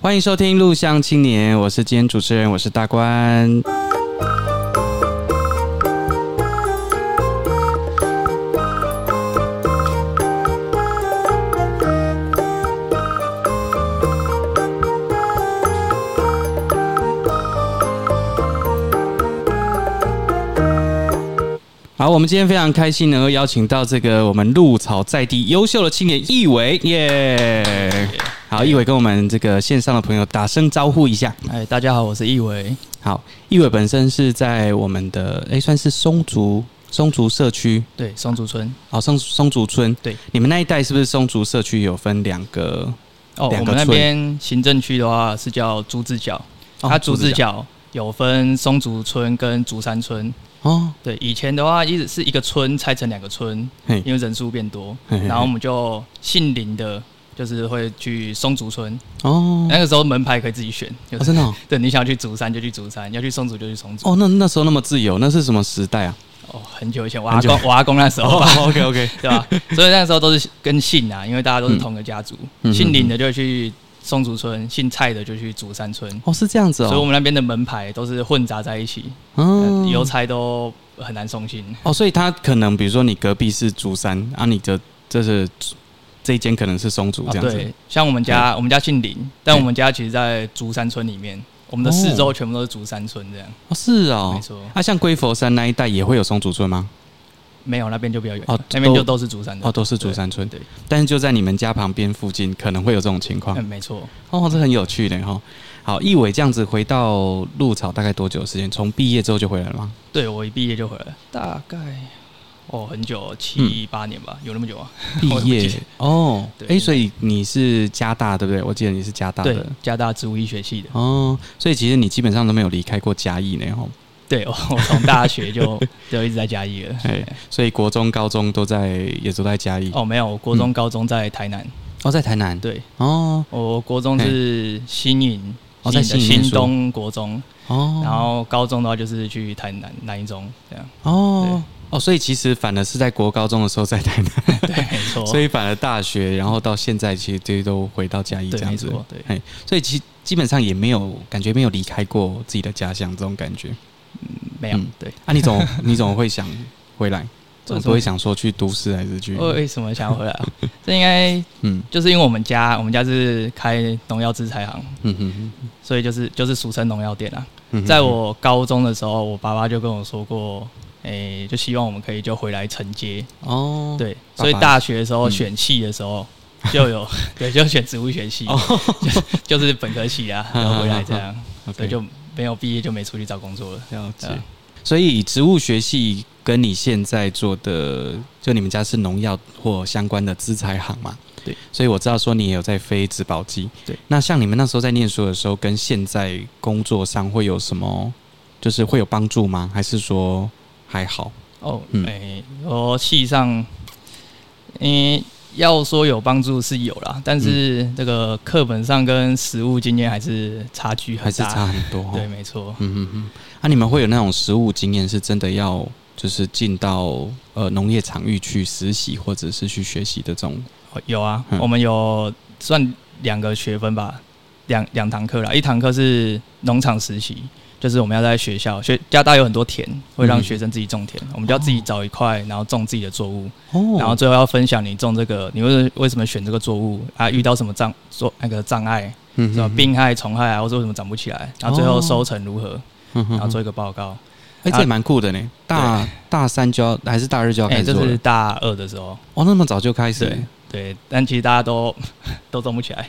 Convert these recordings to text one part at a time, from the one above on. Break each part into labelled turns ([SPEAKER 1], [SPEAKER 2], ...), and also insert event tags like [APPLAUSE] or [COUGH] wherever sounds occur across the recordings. [SPEAKER 1] 欢迎收听《录像青年》，我是今天主持人，我是大关。好，我们今天非常开心能够邀请到这个我们鹿草在地优秀的青年易伟，耶、好，易伟跟我们这个线上的朋友打声招呼一下。
[SPEAKER 2] 哎，大家好，我是易维。
[SPEAKER 1] 好，易伟本身是在我们的诶，算是松竹松竹社区
[SPEAKER 2] 对，松竹村。
[SPEAKER 1] 哦，松松竹村。
[SPEAKER 2] 对，
[SPEAKER 1] 你们那一带是不是松竹社区有分两个？
[SPEAKER 2] 哦，
[SPEAKER 1] 两
[SPEAKER 2] 我
[SPEAKER 1] 个
[SPEAKER 2] 们那
[SPEAKER 1] 村
[SPEAKER 2] 边行政区的话是叫竹子角，
[SPEAKER 1] 哦
[SPEAKER 2] 它竹子
[SPEAKER 1] 角
[SPEAKER 2] 角有分松竹村跟竹山村。
[SPEAKER 1] 哦，
[SPEAKER 2] 对，以前的话一直是一个村拆成两个村
[SPEAKER 1] 嘿，
[SPEAKER 2] 因为人数变多，
[SPEAKER 1] 嘿嘿
[SPEAKER 2] 然后我们就姓林的，就是会去松竹村。
[SPEAKER 1] 哦，
[SPEAKER 2] 那个时候门牌可以自己选，
[SPEAKER 1] 哦
[SPEAKER 2] 就是
[SPEAKER 1] 真的哦，
[SPEAKER 2] 对你想要去竹山就去竹山，要去松竹就去松竹。
[SPEAKER 1] 哦那那时候那么自由，那是什么时代啊？
[SPEAKER 2] 哦，很久以前，我
[SPEAKER 1] 很
[SPEAKER 2] 阿
[SPEAKER 1] 久哦
[SPEAKER 2] 公我阿公那时候吧。
[SPEAKER 1] ，OK OK，
[SPEAKER 2] [LAUGHS] 对吧？所以那时候都是跟姓啊，因为大家都是
[SPEAKER 1] 嗯
[SPEAKER 2] 同个家族，
[SPEAKER 1] 嗯
[SPEAKER 2] 姓林的就去松竹村，姓蔡的就去竹山村，
[SPEAKER 1] 哦是这样子
[SPEAKER 2] 所以我
[SPEAKER 1] 哦，
[SPEAKER 2] 们那边的门牌都是混杂在一起，呃
[SPEAKER 1] 嗯，
[SPEAKER 2] 邮差都很难送信。
[SPEAKER 1] 哦，所以他可能比如说你隔壁是竹山啊，你的这是这一间可能是松竹
[SPEAKER 2] 啊
[SPEAKER 1] 哦这样子
[SPEAKER 2] 对，像我们家，我们家姓林，但我们家其实在竹山村里面，我们的四周全部都是竹山村这样，
[SPEAKER 1] 哦，是哦
[SPEAKER 2] 没。错。
[SPEAKER 1] 啊，像龟佛山那一带也会有松竹村吗？
[SPEAKER 2] 没有那边就比较远
[SPEAKER 1] 哦，
[SPEAKER 2] 那边
[SPEAKER 1] 都
[SPEAKER 2] 就都是竹山
[SPEAKER 1] 哦，
[SPEAKER 2] 的。
[SPEAKER 1] 都是竹山村，
[SPEAKER 2] 对对
[SPEAKER 1] 但是就在你们家旁边附近，可能会有这种情况。
[SPEAKER 2] 嗯，没错。
[SPEAKER 1] 哦，这很有趣的哈、哦。好，义伟这样子回到鹿草大概多久的时间？从毕业之后就回来了吗？
[SPEAKER 2] 对我一毕业就回来了，大概哦很久，七八年吧，有那么久啊？
[SPEAKER 1] 毕
[SPEAKER 2] [LAUGHS] [LAUGHS] 我也不
[SPEAKER 1] 业
[SPEAKER 2] 记得
[SPEAKER 1] 哦，
[SPEAKER 2] 对
[SPEAKER 1] 哎，所以你是加大对不对？我记得你是加大
[SPEAKER 2] 对
[SPEAKER 1] 的，
[SPEAKER 2] 加大植物医学系的。
[SPEAKER 1] 哦，所以其实你基本上都没有离开过嘉义呢
[SPEAKER 2] [LAUGHS]
[SPEAKER 1] 吼。
[SPEAKER 2] 对，我我从大
[SPEAKER 1] [LAUGHS]
[SPEAKER 2] 学就就一直在嘉义了。
[SPEAKER 1] 哎，所以国中、高中都在也都在嘉义哦
[SPEAKER 2] 哦，没有，我国中、高中在台南。
[SPEAKER 1] 在台南
[SPEAKER 2] 对，
[SPEAKER 1] 哦
[SPEAKER 2] 我国中是新营，
[SPEAKER 1] 哦在
[SPEAKER 2] 新营
[SPEAKER 1] 新营
[SPEAKER 2] 的
[SPEAKER 1] 念
[SPEAKER 2] 新
[SPEAKER 1] 书
[SPEAKER 2] 东国中，
[SPEAKER 1] 哦，
[SPEAKER 2] 然后高中的话就是去台南南一中
[SPEAKER 1] [LAUGHS]
[SPEAKER 2] 这样。
[SPEAKER 1] 哦哦，所以其实反而是在国高中的时候在台南，
[SPEAKER 2] 对，没错。
[SPEAKER 1] 所以反而大学，然后到现在其实这些都回到嘉义这
[SPEAKER 2] 对，
[SPEAKER 1] 样
[SPEAKER 2] 没
[SPEAKER 1] 子。
[SPEAKER 2] 错，对，
[SPEAKER 1] 哎，所以其基本上也没有感觉没有离开过自己的家乡这种感觉。
[SPEAKER 2] 没有
[SPEAKER 1] 嗯
[SPEAKER 2] 对。
[SPEAKER 1] 啊，你
[SPEAKER 2] [LAUGHS]
[SPEAKER 1] 总你总会想回来，总
[SPEAKER 2] 为什
[SPEAKER 1] 不
[SPEAKER 2] 么
[SPEAKER 1] 会想说去都市还是去
[SPEAKER 2] 我为什么想要回来啊？这应该
[SPEAKER 1] 嗯
[SPEAKER 2] 就是因为我们家，我们家是开农药制材行，
[SPEAKER 1] 嗯嗯
[SPEAKER 2] 所以就是就是俗称农药店啊。
[SPEAKER 1] 嗯，
[SPEAKER 2] 在我高中的时候，我爸爸就跟我说过，诶、就希望我们可以就回来承接
[SPEAKER 1] 哦
[SPEAKER 2] 对，
[SPEAKER 1] 爸
[SPEAKER 2] 所以
[SPEAKER 1] 爸
[SPEAKER 2] 大学的时候
[SPEAKER 1] 嗯哦
[SPEAKER 2] 选系的时候就有， [LAUGHS] 对，就选植物学系， [LAUGHS] 就就是本科系啊，然后回来这
[SPEAKER 1] [LAUGHS] 嗯
[SPEAKER 2] 样，所以
[SPEAKER 1] OK
[SPEAKER 2] 就没有毕业就没出去找工作了。
[SPEAKER 1] 了解
[SPEAKER 2] 对啊。
[SPEAKER 1] 所以植物学系跟你现在做的，就你们家是农药或相关的资材行嘛？
[SPEAKER 2] 对。
[SPEAKER 1] 所以我知道说你也有在飞植保机。
[SPEAKER 2] 对。
[SPEAKER 1] 那像你们那时候在念书的时候，跟现在工作上会有什么，就是会有帮助吗？还是说还好？
[SPEAKER 2] 哦，哎、
[SPEAKER 1] 嗯
[SPEAKER 2] 我系上，嗯、要说有帮助是有啦，但是
[SPEAKER 1] 嗯
[SPEAKER 2] 这个课本上跟实务经验还是差距
[SPEAKER 1] 还
[SPEAKER 2] 很
[SPEAKER 1] 是
[SPEAKER 2] 大。
[SPEAKER 1] 差很多哦？
[SPEAKER 2] 对，没错。
[SPEAKER 1] 嗯嗯嗯。啊，你们会有那种实务经验，是真的要就是进到呃农业场域去实习，或者是去学习的这种？
[SPEAKER 2] 哦有啊，
[SPEAKER 1] 嗯
[SPEAKER 2] 我们有算两个学分吧，两两堂课啦，一堂课是农场实习，就是我们要在学校学加大有很多田，会让
[SPEAKER 1] 嗯
[SPEAKER 2] 学生自己种田，我们就要自己找一块，然后种自己的作物，
[SPEAKER 1] 哦
[SPEAKER 2] 然后最后要分享你种这个，你为为什么选这个作物啊？遇到什么障做那个障碍，
[SPEAKER 1] 嗯
[SPEAKER 2] 什么，病害、虫害啊，或者为什么长不起来，然后最
[SPEAKER 1] 哦
[SPEAKER 2] 后收成如何，
[SPEAKER 1] 嗯嗯嗯
[SPEAKER 2] 然后做一个报告。
[SPEAKER 1] 哎、
[SPEAKER 2] 啊
[SPEAKER 1] 这也蛮酷的呢。大大三就要还是大二就要
[SPEAKER 2] 哎、
[SPEAKER 1] 开始
[SPEAKER 2] 这
[SPEAKER 1] 做了、
[SPEAKER 2] 是大二的时候，
[SPEAKER 1] 哦，那么早就开始
[SPEAKER 2] 对对，但其实大家都 [LAUGHS] 都种不起来，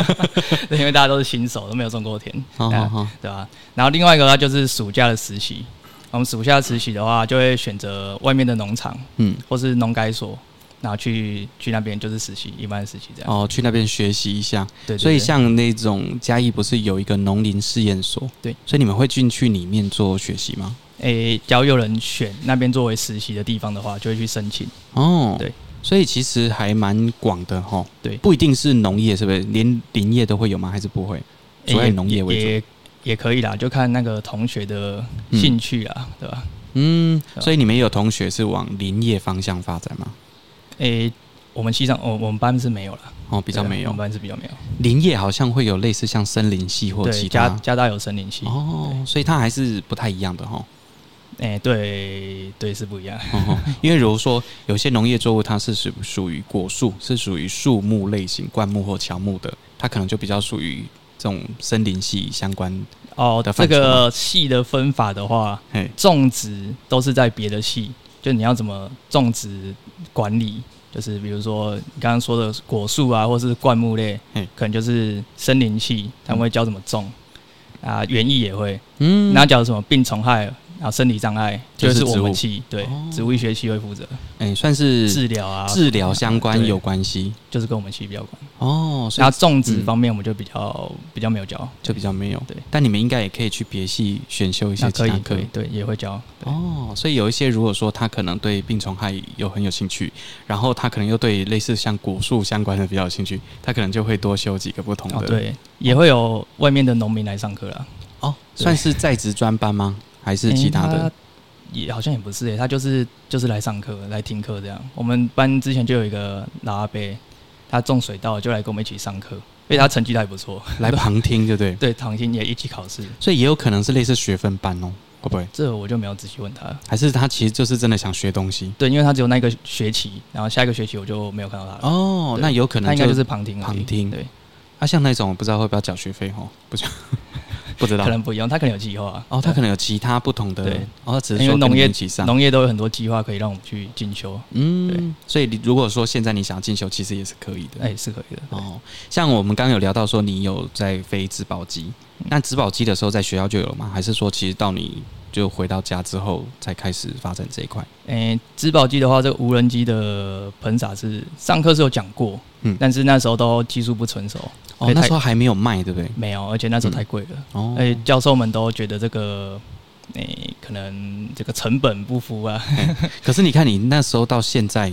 [SPEAKER 2] [LAUGHS] 对因为大家都是新手，都没有种过田，
[SPEAKER 1] 好好好，
[SPEAKER 2] 对吧、然后另外一个它就是暑假的实习，我们暑假的实习的话，就会选择外面的农场
[SPEAKER 1] 嗯，
[SPEAKER 2] 或是农改所，然后去去那边就是实习，一般的实习这样。
[SPEAKER 1] 哦，去那边学习一下。
[SPEAKER 2] 对对
[SPEAKER 1] 所以
[SPEAKER 2] 对
[SPEAKER 1] 像那种嘉义不是有一个农林试验所？
[SPEAKER 2] 对，
[SPEAKER 1] 所以你们会进去里面做学习吗？
[SPEAKER 2] 诶，只要有人选那边作为实习的地方的话，就会去申请。
[SPEAKER 1] 哦，
[SPEAKER 2] 对，
[SPEAKER 1] 所以其实还蛮广的哈。
[SPEAKER 2] 对
[SPEAKER 1] 不一定是农业，是不是？连林业都会有吗？还是不会？主要以
[SPEAKER 2] 诶
[SPEAKER 1] 农业为主
[SPEAKER 2] 也也也可以啦，就看那个同学的兴趣啦，对吧？
[SPEAKER 1] 嗯，
[SPEAKER 2] 对
[SPEAKER 1] 所以你们也有同学是往林业方向发展吗？
[SPEAKER 2] 诶，我们系上，我我们班是没有了，
[SPEAKER 1] 哦，嗯比较没
[SPEAKER 2] 对啊我
[SPEAKER 1] 有
[SPEAKER 2] 们。班是比较没有。
[SPEAKER 1] 林业好像会有类似像森林系或
[SPEAKER 2] 对，
[SPEAKER 1] 其
[SPEAKER 2] 加
[SPEAKER 1] 他
[SPEAKER 2] 加大有森林系，
[SPEAKER 1] 哦，所以它还是不太一样的哈、哦
[SPEAKER 2] 哎、对对是不一样。
[SPEAKER 1] 哦。
[SPEAKER 2] 嗯
[SPEAKER 1] 因为如果说有些农业作物它是属属于果树，是属于树木类型、灌木或乔木的，它可能就比较属于这种森林系相关。
[SPEAKER 2] 哦
[SPEAKER 1] 的，
[SPEAKER 2] 这
[SPEAKER 1] 范畴吗
[SPEAKER 2] 个系的分法的话，
[SPEAKER 1] 嘿，
[SPEAKER 2] 种植都是在别的系，就你要怎么种植管理，就是比如说你刚刚说的果树啊，或是灌木类
[SPEAKER 1] 嘿，
[SPEAKER 2] 可能就是森林系，他们会教怎么种啊，园艺也会，
[SPEAKER 1] 嗯
[SPEAKER 2] 那教什么病虫害啊、生理障碍，
[SPEAKER 1] 就
[SPEAKER 2] 就是是我
[SPEAKER 1] 植物
[SPEAKER 2] 们系对
[SPEAKER 1] 哦
[SPEAKER 2] 植物医学系会负责
[SPEAKER 1] 哎、算是
[SPEAKER 2] 治疗啊，
[SPEAKER 1] 治疗相关
[SPEAKER 2] 对
[SPEAKER 1] 有关系
[SPEAKER 2] 就是跟我们系比较关。
[SPEAKER 1] 哦，所以
[SPEAKER 2] 然后种植
[SPEAKER 1] 嗯
[SPEAKER 2] 方面，我们就比较比较没有教，
[SPEAKER 1] 就比较没有。
[SPEAKER 2] 对
[SPEAKER 1] 但你们应该也可以去别系选修一些
[SPEAKER 2] 那
[SPEAKER 1] 其
[SPEAKER 2] 可
[SPEAKER 1] 他
[SPEAKER 2] 以
[SPEAKER 1] 课
[SPEAKER 2] 可以。对也会教，对
[SPEAKER 1] 哦，所以有一些如果说他可能对病虫害有很有兴趣，然后他可能又对类似像果树相关的比较有兴趣，他可能就会多修几个不同的。
[SPEAKER 2] 哦，对，也会有外面的农民来上课啦。
[SPEAKER 1] 哦，
[SPEAKER 2] 对
[SPEAKER 1] 算是在职专班吗？还是其他
[SPEAKER 2] 诶
[SPEAKER 1] 的？，
[SPEAKER 2] 他也好像也不是诶、他就是就是来上课来听课这样。我们班之前就有一个老阿伯，他种水稻就来跟我们一起上课，所以他成绩还不错， [LAUGHS]
[SPEAKER 1] 来旁听，对不对？
[SPEAKER 2] 对，唐心也一起考试。
[SPEAKER 1] [LAUGHS] 所以也有可能是类似学分班哦，会不会？
[SPEAKER 2] 这我就没有仔细问他，
[SPEAKER 1] 还是他其实就是真的想学东西？
[SPEAKER 2] 对，因为他只有那一个学期，然后下一个学期我就没有看到他了。
[SPEAKER 1] 哦，
[SPEAKER 2] 对
[SPEAKER 1] 那有可
[SPEAKER 2] 他
[SPEAKER 1] 能
[SPEAKER 2] 应该
[SPEAKER 1] 就
[SPEAKER 2] 就是旁听而已，
[SPEAKER 1] 旁听
[SPEAKER 2] 对，
[SPEAKER 1] 啊，像那种我不知道会不会要缴学费哦， [LAUGHS] 不知道，不知道
[SPEAKER 2] 可。能不一样，他可能有计划
[SPEAKER 1] 哦，他可能有其他不同的
[SPEAKER 2] 对，
[SPEAKER 1] 哦，他只是
[SPEAKER 2] 因为
[SPEAKER 1] 说跟
[SPEAKER 2] 农
[SPEAKER 1] 你
[SPEAKER 2] 业
[SPEAKER 1] 们一起上，
[SPEAKER 2] 农业都有很多计划可以让我们去进修，
[SPEAKER 1] 嗯，所以你如果说现在你想要进修，其实也是可以的。
[SPEAKER 2] 哎、是可以的。
[SPEAKER 1] 哦，像我们刚刚有聊到说你有在飞植保机，那植保机的时候在学校就有吗？还是说其实到你就回到家之后才开始发展这一块？
[SPEAKER 2] 诶、植保机的话，这个无人机的喷洒是上课是有讲过，
[SPEAKER 1] 嗯
[SPEAKER 2] 但是那时候都技术不成熟，
[SPEAKER 1] 哦
[SPEAKER 2] 对，
[SPEAKER 1] 那
[SPEAKER 2] 太
[SPEAKER 1] 时候还没有卖，对不对？
[SPEAKER 2] 没有，而且那时候太贵了，
[SPEAKER 1] 哦，
[SPEAKER 2] 而且教授们都觉得这个，诶、可能这个成本不符啊，
[SPEAKER 1] 可是你看你那时候到现在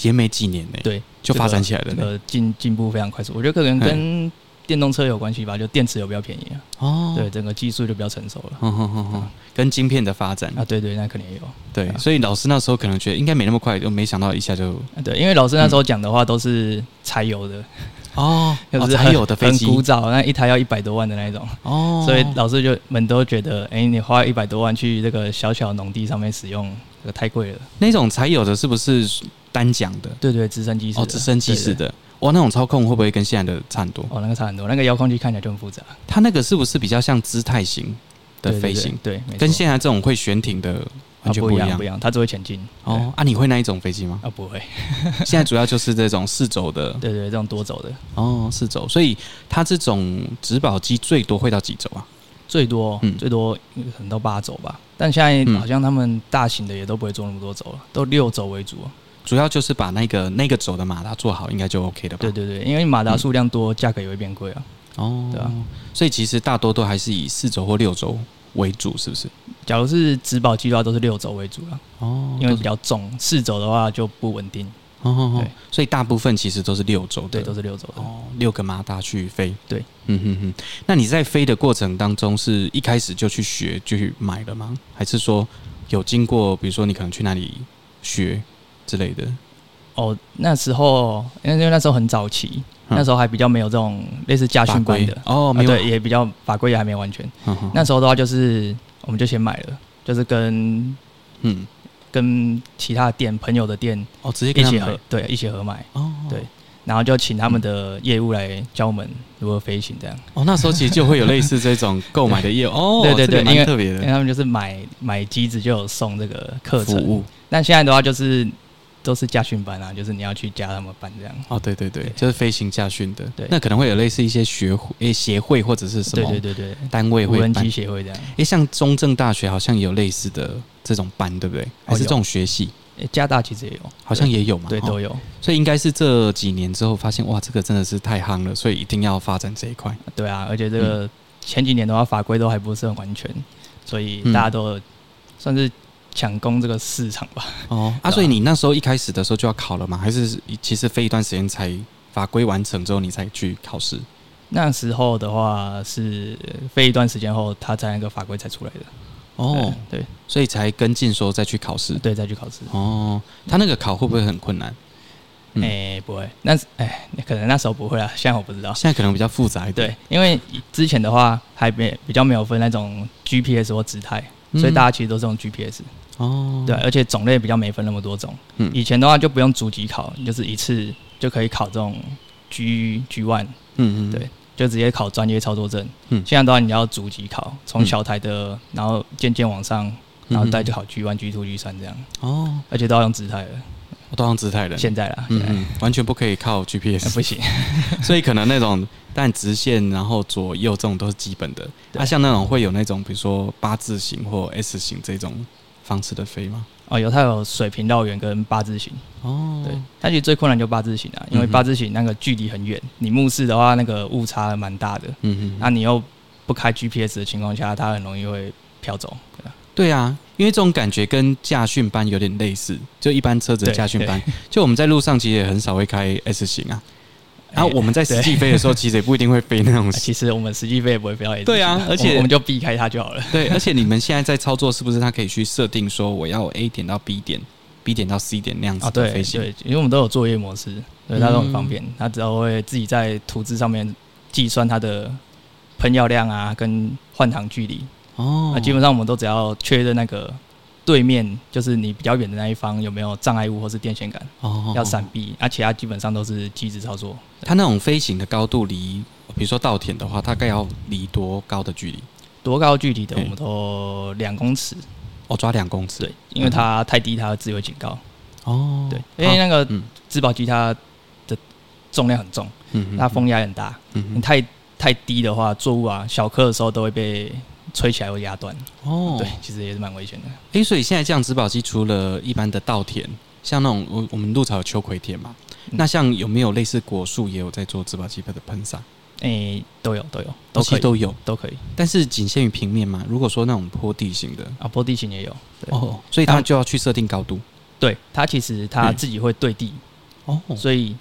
[SPEAKER 1] 也没几年呢、
[SPEAKER 2] 对，
[SPEAKER 1] 就呃发展起来了
[SPEAKER 2] [LAUGHS] 这
[SPEAKER 1] 呢、
[SPEAKER 2] 个进进步非常快速，我觉得可能跟电动车有关系吧，就电池有比较便宜啊，
[SPEAKER 1] 哦，
[SPEAKER 2] 对，，整个技术就比较成熟了。
[SPEAKER 1] 哼哼哼哼，跟晶片的发展，
[SPEAKER 2] 啊，对对，那肯定也有。啊，
[SPEAKER 1] 对，
[SPEAKER 2] 啊
[SPEAKER 1] 所以老师那时候可能觉得应该没那么快，就没想到一下就
[SPEAKER 2] 啊对，因为老师那时候讲的话都是柴油的，
[SPEAKER 1] 哦，
[SPEAKER 2] 就
[SPEAKER 1] 嗯哦
[SPEAKER 2] 是
[SPEAKER 1] 才有的飞
[SPEAKER 2] 很
[SPEAKER 1] 机
[SPEAKER 2] 古早，那一台要一百多万的那一种。
[SPEAKER 1] 哦，
[SPEAKER 2] 所以老师就们都觉得，哎、你花一百多万去这个小小农地上面使用，这个太贵了。
[SPEAKER 1] 那种才有的是不是单讲的？
[SPEAKER 2] 对对，直升机式的
[SPEAKER 1] 哦，直升机式。
[SPEAKER 2] 对对
[SPEAKER 1] 的，哇，那种操控会不会跟现在的差很多？
[SPEAKER 2] 哦，那个差很多，那个遥控器看起来就很复杂
[SPEAKER 1] 它那个是不是比较像姿态型的
[SPEAKER 2] 对对
[SPEAKER 1] 飞
[SPEAKER 2] 对
[SPEAKER 1] 行，
[SPEAKER 2] 对，没错
[SPEAKER 1] 跟现在这种会悬停的
[SPEAKER 2] 啊
[SPEAKER 1] 完全
[SPEAKER 2] 不
[SPEAKER 1] 不一
[SPEAKER 2] 样，
[SPEAKER 1] 样
[SPEAKER 2] 不一？样，它只会前进。
[SPEAKER 1] 哦，啊，你会那一种飞机
[SPEAKER 2] [LAUGHS]
[SPEAKER 1] 吗
[SPEAKER 2] 对，？啊不会，
[SPEAKER 1] 现在主要就是这种四轴的，
[SPEAKER 2] 对对，这种多走的
[SPEAKER 1] 哦，四轴，所以它这种植保机最多会到几轴啊？
[SPEAKER 2] 最多、
[SPEAKER 1] 嗯
[SPEAKER 2] 最多可能到八走吧，但现在
[SPEAKER 1] 嗯啊
[SPEAKER 2] 好像他们大型的也都不会做那么多走了，都六走为主哦。
[SPEAKER 1] 主要就是把那个那个轴的马达做好，应该就 OK 了吧？
[SPEAKER 2] 对对对，因为马达数量多，价格也会变贵啊。
[SPEAKER 1] 哦，
[SPEAKER 2] 对啊
[SPEAKER 1] 所以其实大多都还是以四轴或六轴为主，是不是？
[SPEAKER 2] 假如是植保机的话，都是六走为主啊，
[SPEAKER 1] 哦
[SPEAKER 2] 因为
[SPEAKER 1] 都
[SPEAKER 2] 比
[SPEAKER 1] 是
[SPEAKER 2] 较重，四走的话就不稳定。
[SPEAKER 1] 哦哦哦
[SPEAKER 2] 对，
[SPEAKER 1] 所以大部分其实都是六轴的，
[SPEAKER 2] 对，都是六走的。
[SPEAKER 1] 哦，六个马达去飞，
[SPEAKER 2] 对，
[SPEAKER 1] 嗯哼哼。那你在飞的过程当中，是一开始就去学就去买了吗？还是说有经过，比如说你可能去哪里学之类的？
[SPEAKER 2] 哦，那时候因为因为那时候很早期，
[SPEAKER 1] 嗯
[SPEAKER 2] 那时候还比较没有这种类似家
[SPEAKER 1] 法
[SPEAKER 2] 训
[SPEAKER 1] 规
[SPEAKER 2] 班的，
[SPEAKER 1] 哦，
[SPEAKER 2] 啊
[SPEAKER 1] 没有，
[SPEAKER 2] 对，也比较法规也还没完全。
[SPEAKER 1] 嗯哼
[SPEAKER 2] 那时候的话就是我们就先买了，就是跟
[SPEAKER 1] 嗯，
[SPEAKER 2] 跟其他店朋友的店
[SPEAKER 1] 哦，直接
[SPEAKER 2] 一
[SPEAKER 1] 跟他
[SPEAKER 2] 起
[SPEAKER 1] 买
[SPEAKER 2] 合，对，一起合买，
[SPEAKER 1] 哦，
[SPEAKER 2] 对然后就请他们的业务来教我们如何飞行这样。
[SPEAKER 1] 哦，那时候其实就会有类似这种购买的业务，
[SPEAKER 2] [LAUGHS]
[SPEAKER 1] 哦，
[SPEAKER 2] 对对对
[SPEAKER 1] 这个蛮
[SPEAKER 2] 因为
[SPEAKER 1] 特别
[SPEAKER 2] 因
[SPEAKER 1] 的
[SPEAKER 2] 为他们就是买买机子就有送这个课
[SPEAKER 1] 服
[SPEAKER 2] 程，
[SPEAKER 1] 务。
[SPEAKER 2] 但现在的话就是都是家训班啊，就是你要去加他们班这样。
[SPEAKER 1] 哦，对对对
[SPEAKER 2] 对，
[SPEAKER 1] 就是飞行驾训的
[SPEAKER 2] 对，
[SPEAKER 1] 那可能会有类似一些学会、诶协会或者是什
[SPEAKER 2] 对
[SPEAKER 1] 么
[SPEAKER 2] 对对对，
[SPEAKER 1] 单位
[SPEAKER 2] 无
[SPEAKER 1] 会
[SPEAKER 2] 人
[SPEAKER 1] 办
[SPEAKER 2] 机。协会这样。
[SPEAKER 1] 诶，像中正大学好像也有类似的这种班，对不对？
[SPEAKER 2] 哦
[SPEAKER 1] 还是这种学系，
[SPEAKER 2] 诶加大其实也有，
[SPEAKER 1] 好像也有嘛。
[SPEAKER 2] 对
[SPEAKER 1] 哦
[SPEAKER 2] 都有。
[SPEAKER 1] 所以应该是这几年之后发现，哇，这个真的是太夯了，所以一定要发展这一块。
[SPEAKER 2] 对啊，而
[SPEAKER 1] 嗯
[SPEAKER 2] 且这个前几年的话，法规都还不是很完全，所以
[SPEAKER 1] 嗯
[SPEAKER 2] 大家都算是抢攻这个市场吧。
[SPEAKER 1] 哦，啊，
[SPEAKER 2] 对啊
[SPEAKER 1] 所以你那时候一开始的时候就要考了吗？还是其实飞一段时间才法规完成之后你才去考试？
[SPEAKER 2] 那时候的话是飞一段时间后，他才那个法规才出来的。
[SPEAKER 1] 哦，
[SPEAKER 2] 对
[SPEAKER 1] 所以才跟进说再去考试哦
[SPEAKER 2] 对。对，再去考试。
[SPEAKER 1] 哦，他那个考会不会很困难？嗯
[SPEAKER 2] 哎，不会，那哎，可能那时候不会啊，现在我不知道。
[SPEAKER 1] 现在可能比较复杂一点。
[SPEAKER 2] [LAUGHS] 对，因为之前的话还没比较没有分那种 GPS 或姿态，所以
[SPEAKER 1] 嗯
[SPEAKER 2] 大家其实都是用 GPS，、
[SPEAKER 1] 哦，
[SPEAKER 2] 对，而且种类比较没分那么多种。
[SPEAKER 1] 嗯
[SPEAKER 2] 以前的话就不用逐级考，你就是一次就可以考这种 G G one，
[SPEAKER 1] 嗯嗯，
[SPEAKER 2] 对就直接考专业操作证。
[SPEAKER 1] 嗯
[SPEAKER 2] 现在的话你要逐级考，从小台的，然后渐渐往上，然后
[SPEAKER 1] 嗯
[SPEAKER 2] 再去考 G one、G two、G 三这样，
[SPEAKER 1] 哦，
[SPEAKER 2] 而且都要用姿态了。
[SPEAKER 1] 我都用姿态人，
[SPEAKER 2] 现在啦，现
[SPEAKER 1] 嗯
[SPEAKER 2] 在、
[SPEAKER 1] 嗯，完全不可以靠
[SPEAKER 2] 呃
[SPEAKER 1] GPS，
[SPEAKER 2] [LAUGHS] 不行， [LAUGHS]
[SPEAKER 1] 所以可能那种但直线，然后左右这种都是基本的。
[SPEAKER 2] 对
[SPEAKER 1] 那像那种会有那种比如说八字形或 S 型这种方式的飞吗？
[SPEAKER 2] 哦，有它有水平绕远跟八字形。
[SPEAKER 1] 哦，
[SPEAKER 2] 对，但其实最困难就八字形啊，因为
[SPEAKER 1] 嗯哼
[SPEAKER 2] 八字形那个距离很远，你目视的话，那个误差蛮大的。
[SPEAKER 1] 嗯嗯，
[SPEAKER 2] 那你又不开 GPS 的情况下，它很容易会飘走。对吧
[SPEAKER 1] 对啊，因为这种感觉跟驾训班有点类似，就一般车子的
[SPEAKER 2] 对
[SPEAKER 1] 驾训班， [LAUGHS] 就我们在路上其实也很少会开 S 型啊。然后
[SPEAKER 2] 哎
[SPEAKER 1] 我们在实际飞的时
[SPEAKER 2] [LAUGHS]
[SPEAKER 1] 候，其实也不一定会飞那种
[SPEAKER 2] 哎其实我们实际飞也不会飘 A
[SPEAKER 1] 对啊而且
[SPEAKER 2] 我们就避开它就好了。
[SPEAKER 1] 对，而且你们现在在操作，是不是它可以去设定说我要 A 点到 B 点，B 点到 C 点那样子
[SPEAKER 2] 啊，
[SPEAKER 1] 的
[SPEAKER 2] 对
[SPEAKER 1] 飞行？
[SPEAKER 2] 对，因为我们都有作业模式，对，它都很
[SPEAKER 1] 嗯
[SPEAKER 2] 方便。它只要会自己在图纸上面计算它的喷药量啊，跟换航距离。啊
[SPEAKER 1] 哦
[SPEAKER 2] 那基本上我们都只要确认那个对面，就是你比较远的那一方有没有障碍物或是电线杆。
[SPEAKER 1] 哦
[SPEAKER 2] 要闪。避，而、其他基本上都是机制操作。
[SPEAKER 1] 它那种飞行的高度离，比如说稻田的话，大概要离多高的距离？
[SPEAKER 2] 多高距离的
[SPEAKER 1] 嗯
[SPEAKER 2] 我们都两公尺，
[SPEAKER 1] 哦，抓两公尺。
[SPEAKER 2] 对，因为它太低，它自由警告。
[SPEAKER 1] 哦，
[SPEAKER 2] 对，因为
[SPEAKER 1] 好
[SPEAKER 2] 那个
[SPEAKER 1] 嗯
[SPEAKER 2] 自保机它的重量很重，
[SPEAKER 1] 嗯嗯
[SPEAKER 2] 它风压也很大，
[SPEAKER 1] 嗯
[SPEAKER 2] 你
[SPEAKER 1] 嗯
[SPEAKER 2] 太太低的话，作物啊小颗的时候都会被吹起来或压断。
[SPEAKER 1] 哦，
[SPEAKER 2] 对，其实也是蛮危险的。
[SPEAKER 1] 诶，所以现在这样植保机除了一般的稻田，像那种我我们入草有秋葵田嘛，
[SPEAKER 2] 嗯
[SPEAKER 1] 那像有没有类似果树也有在做植保机的喷洒？
[SPEAKER 2] 诶、哎都有都有
[SPEAKER 1] 哦
[SPEAKER 2] 都
[SPEAKER 1] 其
[SPEAKER 2] 可
[SPEAKER 1] 实
[SPEAKER 2] 以
[SPEAKER 1] 都有，
[SPEAKER 2] 都可以
[SPEAKER 1] 但是仅限于平面嘛。如果说那种坡地型的，
[SPEAKER 2] 啊，坡地形也有。对，
[SPEAKER 1] 哦，所以它就要去设定高度。
[SPEAKER 2] 对它其实它
[SPEAKER 1] 嗯
[SPEAKER 2] 自己会对地，
[SPEAKER 1] 哦，
[SPEAKER 2] 所以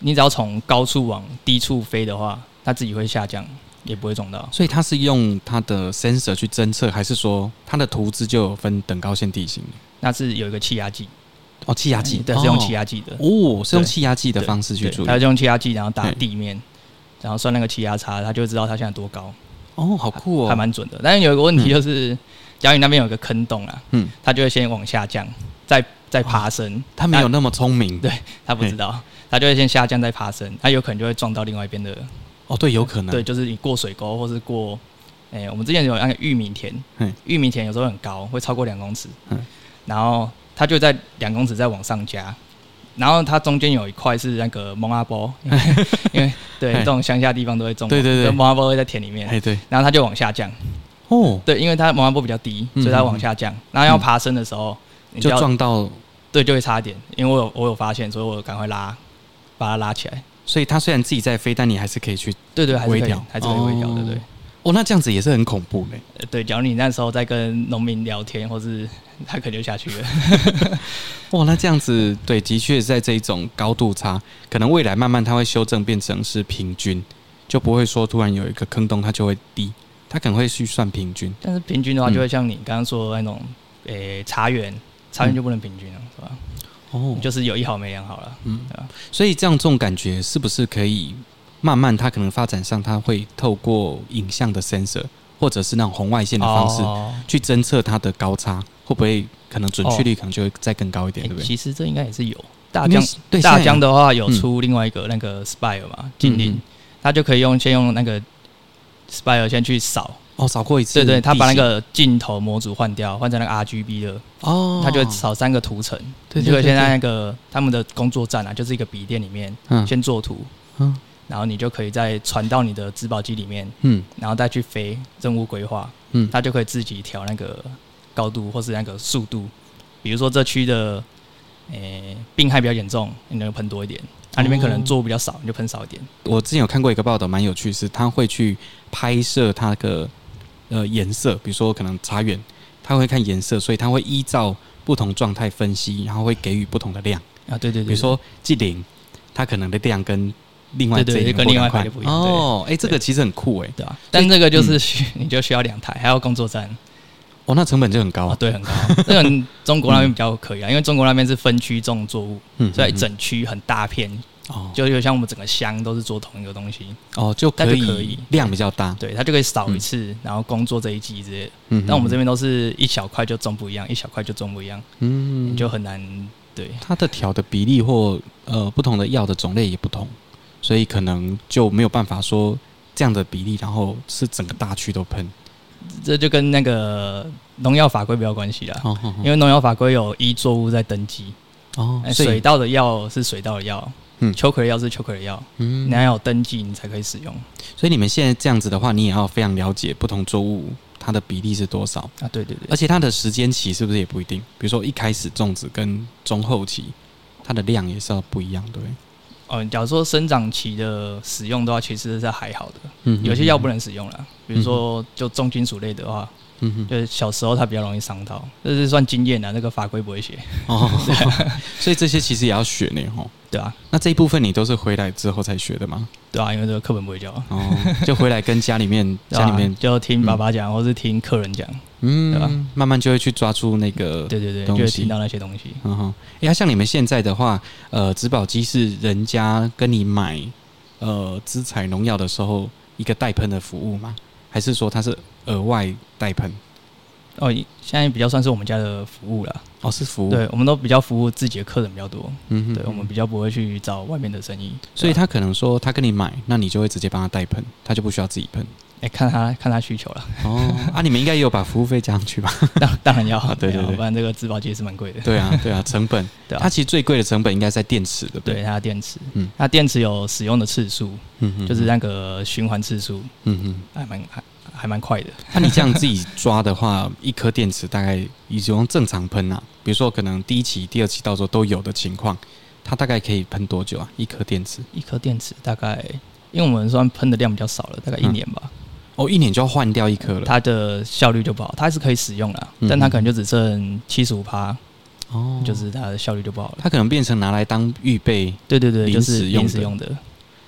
[SPEAKER 2] 你只要从高处往低处飞的话，它自己会下降，也不会撞到。
[SPEAKER 1] 所以它是用它的 sensor 去侦测，还是说它的图纸就有分等高线地形？
[SPEAKER 2] 那是有一个气压计，
[SPEAKER 1] 哦，气压计，
[SPEAKER 2] 对，是用气
[SPEAKER 1] 压。
[SPEAKER 2] 压计的，
[SPEAKER 1] 哦，是用
[SPEAKER 2] 对
[SPEAKER 1] 气压计的
[SPEAKER 2] 对
[SPEAKER 1] 方式去
[SPEAKER 2] 对，
[SPEAKER 1] 处
[SPEAKER 2] 它
[SPEAKER 1] 理。
[SPEAKER 2] 是用气压计，然后打
[SPEAKER 1] 嗯
[SPEAKER 2] 地面，然后算那个气压差，它就会知道它现在多高，
[SPEAKER 1] 哦，好酷
[SPEAKER 2] 还
[SPEAKER 1] 哦。
[SPEAKER 2] 蛮准的。但是有一个问题就是，假如你那边有个坑洞啊，
[SPEAKER 1] 嗯，
[SPEAKER 2] 它就会先往下降，再再爬升，
[SPEAKER 1] 它没有那么聪明。
[SPEAKER 2] 对它不知道，它就会先下降再爬升，它有可能就会撞到另外一边的，
[SPEAKER 1] 哦，对，有可能。
[SPEAKER 2] 对，，就是你过水沟或是过。哎、我们之前有那个玉米田
[SPEAKER 1] 嗯，
[SPEAKER 2] 玉米田有时候很高，会超过两公尺
[SPEAKER 1] 嗯，
[SPEAKER 2] 然后它就在两公尺再往上加，然后它中间有一块是那个蒙阿
[SPEAKER 1] [LAUGHS]
[SPEAKER 2] 波，因为因为对
[SPEAKER 1] 嘿
[SPEAKER 2] 这种乡下地方都会种嘛，
[SPEAKER 1] 对对对
[SPEAKER 2] 就蒙阿波会在田里面，
[SPEAKER 1] 哎对，
[SPEAKER 2] 然后它就往下降，
[SPEAKER 1] 哦，
[SPEAKER 2] 对，因为它蒙阿波比较低，
[SPEAKER 1] 嗯
[SPEAKER 2] 所以它往下降，然后要爬升的时候，你
[SPEAKER 1] 就
[SPEAKER 2] 要
[SPEAKER 1] 撞到
[SPEAKER 2] 对就会差一点，因为我有我有发现，所以我赶快拉，把它拉起来，
[SPEAKER 1] 所以它虽然自己在飞，但你还是可以去
[SPEAKER 2] 对对，还是
[SPEAKER 1] 微
[SPEAKER 2] 可以
[SPEAKER 1] 调，
[SPEAKER 2] 还是可以微调的，对
[SPEAKER 1] 哦。哦，那这样子也是很恐怖嘞。
[SPEAKER 2] 呃对，假如你那时候在跟农民聊天，或是他可能就下去
[SPEAKER 1] [LAUGHS]
[SPEAKER 2] 了。
[SPEAKER 1] 哇，哦那这样子对，的确在这一种高度差，可能未来慢慢它会修正变成是平均，就不会说突然有一个坑洞它就会低，它可能会去算平均。
[SPEAKER 2] 但是平均的话，
[SPEAKER 1] 嗯
[SPEAKER 2] 就会像你刚刚说的那种，诶、茶园，茶
[SPEAKER 1] 嗯
[SPEAKER 2] 园就不能平均了，是吧？
[SPEAKER 1] 哦就
[SPEAKER 2] 就是有一好没两好了。
[SPEAKER 1] 嗯
[SPEAKER 2] 对啊，
[SPEAKER 1] 所以这样这种感觉是不是可以慢慢它可能发展上，它会透过影像的 sensor 或者是那种红外线的方式、
[SPEAKER 2] 哦
[SPEAKER 1] 去侦测它的高差，会不会可能准确率可能就会再更高一点，
[SPEAKER 2] 诶
[SPEAKER 1] 对不对？
[SPEAKER 2] 其实这应该也是有大
[SPEAKER 1] 因
[SPEAKER 2] 疆
[SPEAKER 1] 为，对
[SPEAKER 2] 大
[SPEAKER 1] 现在
[SPEAKER 2] 疆的话有出另外一个那个 Spire 嘛，精灵，
[SPEAKER 1] 嗯
[SPEAKER 2] 它就可以用先用那个 Spire 先去扫，
[SPEAKER 1] 哦，扫过一次
[SPEAKER 2] 对
[SPEAKER 1] 地形，
[SPEAKER 2] 对，它把那个镜头模组换掉，换成那个 RGB 的，
[SPEAKER 1] 哦，
[SPEAKER 2] 它就会扫三个图层。
[SPEAKER 1] 对对
[SPEAKER 2] 你就
[SPEAKER 1] 对
[SPEAKER 2] 会先在
[SPEAKER 1] 对
[SPEAKER 2] 那个他们的工作站啊，就是一个笔电里面
[SPEAKER 1] 嗯
[SPEAKER 2] 先做图，
[SPEAKER 1] 嗯
[SPEAKER 2] 然后你就可以再传到你的植保机里面，
[SPEAKER 1] 嗯
[SPEAKER 2] 然后再去飞任务规划，
[SPEAKER 1] 嗯，
[SPEAKER 2] 它就可以自己调那个高度或是那个速度。比如说这区的，诶、病害比较严重，你就喷多一点；啊
[SPEAKER 1] 哦
[SPEAKER 2] 它、那边可能作物比较少，你就喷少一点。
[SPEAKER 1] 我之前有看过一个报道，蛮有趣，是他会去拍摄它的呃颜色，比如说可能茶园，他会看颜色，所以他会依照不同状态分析，然后会给予不同的量，
[SPEAKER 2] 啊，对对对，
[SPEAKER 1] 比如说季林，它可能的量跟另外
[SPEAKER 2] 对
[SPEAKER 1] 这
[SPEAKER 2] 对
[SPEAKER 1] 一
[SPEAKER 2] 跟另外一排就不一样对啊
[SPEAKER 1] 哦，哎，这个其实很酷哎，
[SPEAKER 2] 对吧、但这个就是需、你就需要两台，还有工作站。
[SPEAKER 1] 哦，那成本就很高
[SPEAKER 2] 哦，
[SPEAKER 1] 啊。
[SPEAKER 2] 对，很高。那个中国那边比较可以啊，因为中国那边是分区种作物，
[SPEAKER 1] 嗯，
[SPEAKER 2] 所以
[SPEAKER 1] 嗯
[SPEAKER 2] 整区很大片，
[SPEAKER 1] 哦
[SPEAKER 2] 就有像我们整个乡都是做同一个东西，
[SPEAKER 1] 哦就
[SPEAKER 2] 那
[SPEAKER 1] 可
[SPEAKER 2] 就
[SPEAKER 1] 以
[SPEAKER 2] 可以
[SPEAKER 1] 量比较大。
[SPEAKER 2] 对，它就可以扫一次，然后工作这一季之类的。
[SPEAKER 1] 嗯，
[SPEAKER 2] 但我们这
[SPEAKER 1] 边
[SPEAKER 2] 边都是一小块就种不一样，一小块就种不一样，
[SPEAKER 1] 嗯
[SPEAKER 2] 你就很难对。
[SPEAKER 1] 它的调的比例或呃不同的药的种类也不同，所以可能就没有办法说这样的比例，然后是整个大区都喷。
[SPEAKER 2] 这就跟那个农药法规比较关系啦，
[SPEAKER 1] 哦哦
[SPEAKER 2] 因为农药法规有依作物在登记，
[SPEAKER 1] 哦，
[SPEAKER 2] 哎
[SPEAKER 1] 所
[SPEAKER 2] 水
[SPEAKER 1] 以
[SPEAKER 2] 稻的药是水稻的药，
[SPEAKER 1] 嗯
[SPEAKER 2] 秋葵的药是秋葵的药，
[SPEAKER 1] 嗯
[SPEAKER 2] 你，要有登记你才可以使用
[SPEAKER 1] 所以你们现在这样子的话，你也要非常了解不同作物它的比例是多少，
[SPEAKER 2] 啊。对对对，
[SPEAKER 1] 而且它的时间期是不是也不一定？比如说一开始种植跟中后期，它的量也是要不一样，对不对？
[SPEAKER 2] 哦，假如说生长期的使用的话，其实是还好的，
[SPEAKER 1] 嗯
[SPEAKER 2] 有些药不
[SPEAKER 1] 能，
[SPEAKER 2] 能使用啦，比如说就重金属类的话，
[SPEAKER 1] 嗯哼
[SPEAKER 2] 就是小时候它比较容易伤到，这是算经验啊啦，那个法规不会写，
[SPEAKER 1] 哦， [LAUGHS] 所以这些其实也要学呢，吼。
[SPEAKER 2] 对啊，
[SPEAKER 1] 那这一部分你都是回来之后才学的吗？
[SPEAKER 2] 对啊，因为这个课本不会教。
[SPEAKER 1] 哦，就回来跟家里 [LAUGHS] 面
[SPEAKER 2] 对
[SPEAKER 1] 家
[SPEAKER 2] 啊
[SPEAKER 1] 里面，
[SPEAKER 2] 就听爸爸讲，或是听客人讲，对吧
[SPEAKER 1] 嗯，慢慢就会去抓住那个。
[SPEAKER 2] 对对对，
[SPEAKER 1] 东
[SPEAKER 2] 就会
[SPEAKER 1] 西
[SPEAKER 2] 听到那些东西。
[SPEAKER 1] 嗯哼，哎、呀，像你们现在的话，呃，植保机是人家跟你买呃资材农药的时候一个代喷的服务吗？还是说它是额外代喷？
[SPEAKER 2] 哦，现在比较算是我们家的服务了。
[SPEAKER 1] 哦，是服务。
[SPEAKER 2] 对，我们都比较服务自己的客人比较多，
[SPEAKER 1] 嗯哼，
[SPEAKER 2] 对我们比较不会去找外面的生意。
[SPEAKER 1] 所以
[SPEAKER 2] 对啊
[SPEAKER 1] 他可能说他跟你买，那你就会直接帮他代喷，他就不需要自己喷。
[SPEAKER 2] 哎、看他看他需求了，
[SPEAKER 1] 哦， [LAUGHS] 啊，你们应该也有把服务费加上去吧？
[SPEAKER 2] [LAUGHS] 当当然要，
[SPEAKER 1] 对对
[SPEAKER 2] 要
[SPEAKER 1] 对
[SPEAKER 2] 不然这个自保机也是蛮贵的。
[SPEAKER 1] [LAUGHS] 对啊，对啊，成本，
[SPEAKER 2] 对啊
[SPEAKER 1] 它其实最贵的成本应该在电池，对不对？
[SPEAKER 2] 对，它的电池，
[SPEAKER 1] 嗯
[SPEAKER 2] 嗯，它电池有使用的次数，
[SPEAKER 1] 嗯哼，
[SPEAKER 2] 就是那个循环次数，
[SPEAKER 1] 嗯哼。
[SPEAKER 2] 还蛮还还蛮快的。
[SPEAKER 1] 那你这样自己抓的话，一颗电池大概以用正常喷啊，比如说可能第一期、第二期到时候都有的情况，它大概可以喷多久啊？一颗电池
[SPEAKER 2] 一颗电池大概，因为我们算喷的量比较少了，大概一
[SPEAKER 1] 嗯
[SPEAKER 2] 年吧，
[SPEAKER 1] 哦，一年就要换掉一颗了。
[SPEAKER 2] 它的效率就不好。它还是可以使用啦，
[SPEAKER 1] 嗯
[SPEAKER 2] 但它可能就只剩七十五趴，
[SPEAKER 1] 哦，
[SPEAKER 2] 就是它的效率就不好了。
[SPEAKER 1] 它可能变成拿来当预备，
[SPEAKER 2] 对对对，
[SPEAKER 1] 临
[SPEAKER 2] 就是
[SPEAKER 1] 时用
[SPEAKER 2] 临时
[SPEAKER 1] 的
[SPEAKER 2] 用的。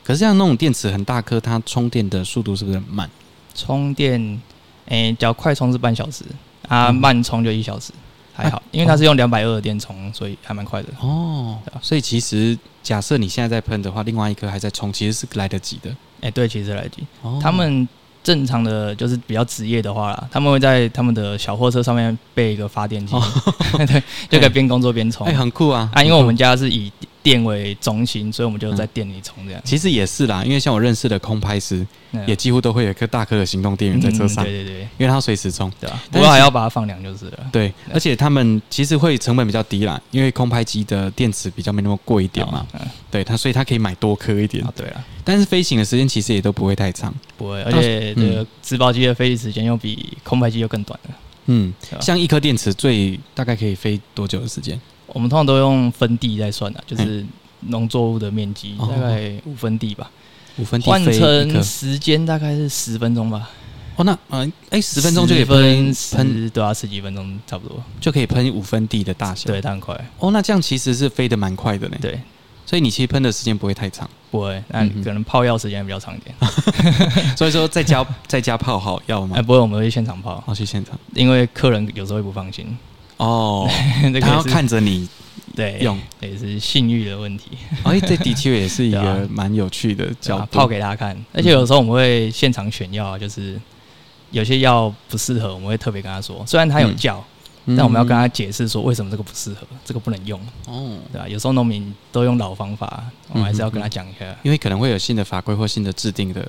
[SPEAKER 1] 可是像那种电池很大颗，它充电的速度是不是很慢？
[SPEAKER 2] 充电，诶、只要快充是半小时，啊，
[SPEAKER 1] 嗯啊
[SPEAKER 2] 慢充就一小时，还好，因为它是用两百二的电充，所以还蛮快的。
[SPEAKER 1] 哦
[SPEAKER 2] 对啊，
[SPEAKER 1] 所以其实假设你现在在喷的话，另外一颗还在充，其实是来得及的。
[SPEAKER 2] 诶、对，其实来得及。
[SPEAKER 1] 哦
[SPEAKER 2] 他们正常的就是比较职业的话啦，他们会在他们的小货车上面备一个发电机， [LAUGHS] 对，就可以边工作边充。
[SPEAKER 1] 哦哎、很酷啊！
[SPEAKER 2] 啊，因为
[SPEAKER 1] 很
[SPEAKER 2] 我
[SPEAKER 1] 酷
[SPEAKER 2] 们家是以电为中心，所以我们就
[SPEAKER 1] 嗯
[SPEAKER 2] 在店里充这样。
[SPEAKER 1] 其实也是啦，因为像我认识的空拍师，
[SPEAKER 2] 嗯
[SPEAKER 1] 也几乎都会有一颗大颗的行动电源在车上，
[SPEAKER 2] 嗯对对对，
[SPEAKER 1] 因为它随时充。
[SPEAKER 2] 对吧、
[SPEAKER 1] 但
[SPEAKER 2] 不
[SPEAKER 1] 是
[SPEAKER 2] 过还要把它放凉就是了。
[SPEAKER 1] 对，而且他们其实会成本比较低啦，因为空拍机的电池比较没那么贵一点嘛。
[SPEAKER 2] 嗯，
[SPEAKER 1] 对它，所以它可以买多颗一点
[SPEAKER 2] 啊，，对了。
[SPEAKER 1] 但是飞行的时间其实也都不会太长。
[SPEAKER 2] 不会，而且这个植保机的飞行时间又比空拍机又更短了。
[SPEAKER 1] 嗯
[SPEAKER 2] 对，啊
[SPEAKER 1] 像一颗电池最大概可以飞多久的时间？
[SPEAKER 2] 我们通常都用分地在算的，啊就是农作物的面积
[SPEAKER 1] 嗯哦
[SPEAKER 2] 大概五分地吧，
[SPEAKER 1] 五分地
[SPEAKER 2] 换
[SPEAKER 1] 飞一颗
[SPEAKER 2] 成时间大概是十分钟吧，
[SPEAKER 1] 哦，那嗯哎十分钟就可以
[SPEAKER 2] 10分
[SPEAKER 1] 喷喷
[SPEAKER 2] 十对啊，十几分钟差不多，
[SPEAKER 1] 就可以喷五分地的大小。
[SPEAKER 2] 对，它很快，
[SPEAKER 1] 哦，那这样其实是飞得蛮快的呢。
[SPEAKER 2] 对，
[SPEAKER 1] 所以你其实喷的时间不会太
[SPEAKER 2] [LAUGHS]
[SPEAKER 1] 长，
[SPEAKER 2] 不会，那
[SPEAKER 1] 嗯哼
[SPEAKER 2] 可能泡药时间比较长一点，
[SPEAKER 1] 所以说在家在家泡好药吗
[SPEAKER 2] 哎，？不会，我们会现场泡，
[SPEAKER 1] 哦，去现
[SPEAKER 2] [LAUGHS]
[SPEAKER 1] 场
[SPEAKER 2] 因为客人有时候会不放心， [LAUGHS]
[SPEAKER 1] 哦，
[SPEAKER 2] 这个
[SPEAKER 1] 他要
[SPEAKER 2] 也是
[SPEAKER 1] 看着你
[SPEAKER 2] 对，
[SPEAKER 1] 用。
[SPEAKER 2] 这也是信誉的问题，
[SPEAKER 1] 哎，这的确也是一
[SPEAKER 2] 对
[SPEAKER 1] 个
[SPEAKER 2] 啊
[SPEAKER 1] 蛮有趣的
[SPEAKER 2] 对
[SPEAKER 1] 角
[SPEAKER 2] 啊
[SPEAKER 1] 度。
[SPEAKER 2] 泡给大家看。而且有时候我们会现场选药啊，就是有些药不适合，我们会特别跟他说，虽然他有
[SPEAKER 1] 嗯
[SPEAKER 2] 叫，
[SPEAKER 1] 嗯
[SPEAKER 2] 但我们要跟他解释说为什么这个不适合，这个不能用，
[SPEAKER 1] 哦，
[SPEAKER 2] 对啊吧、有时候农民都用老方法，我们还是要跟他讲一下，
[SPEAKER 1] 因为可能会有新的法规或新的制定的，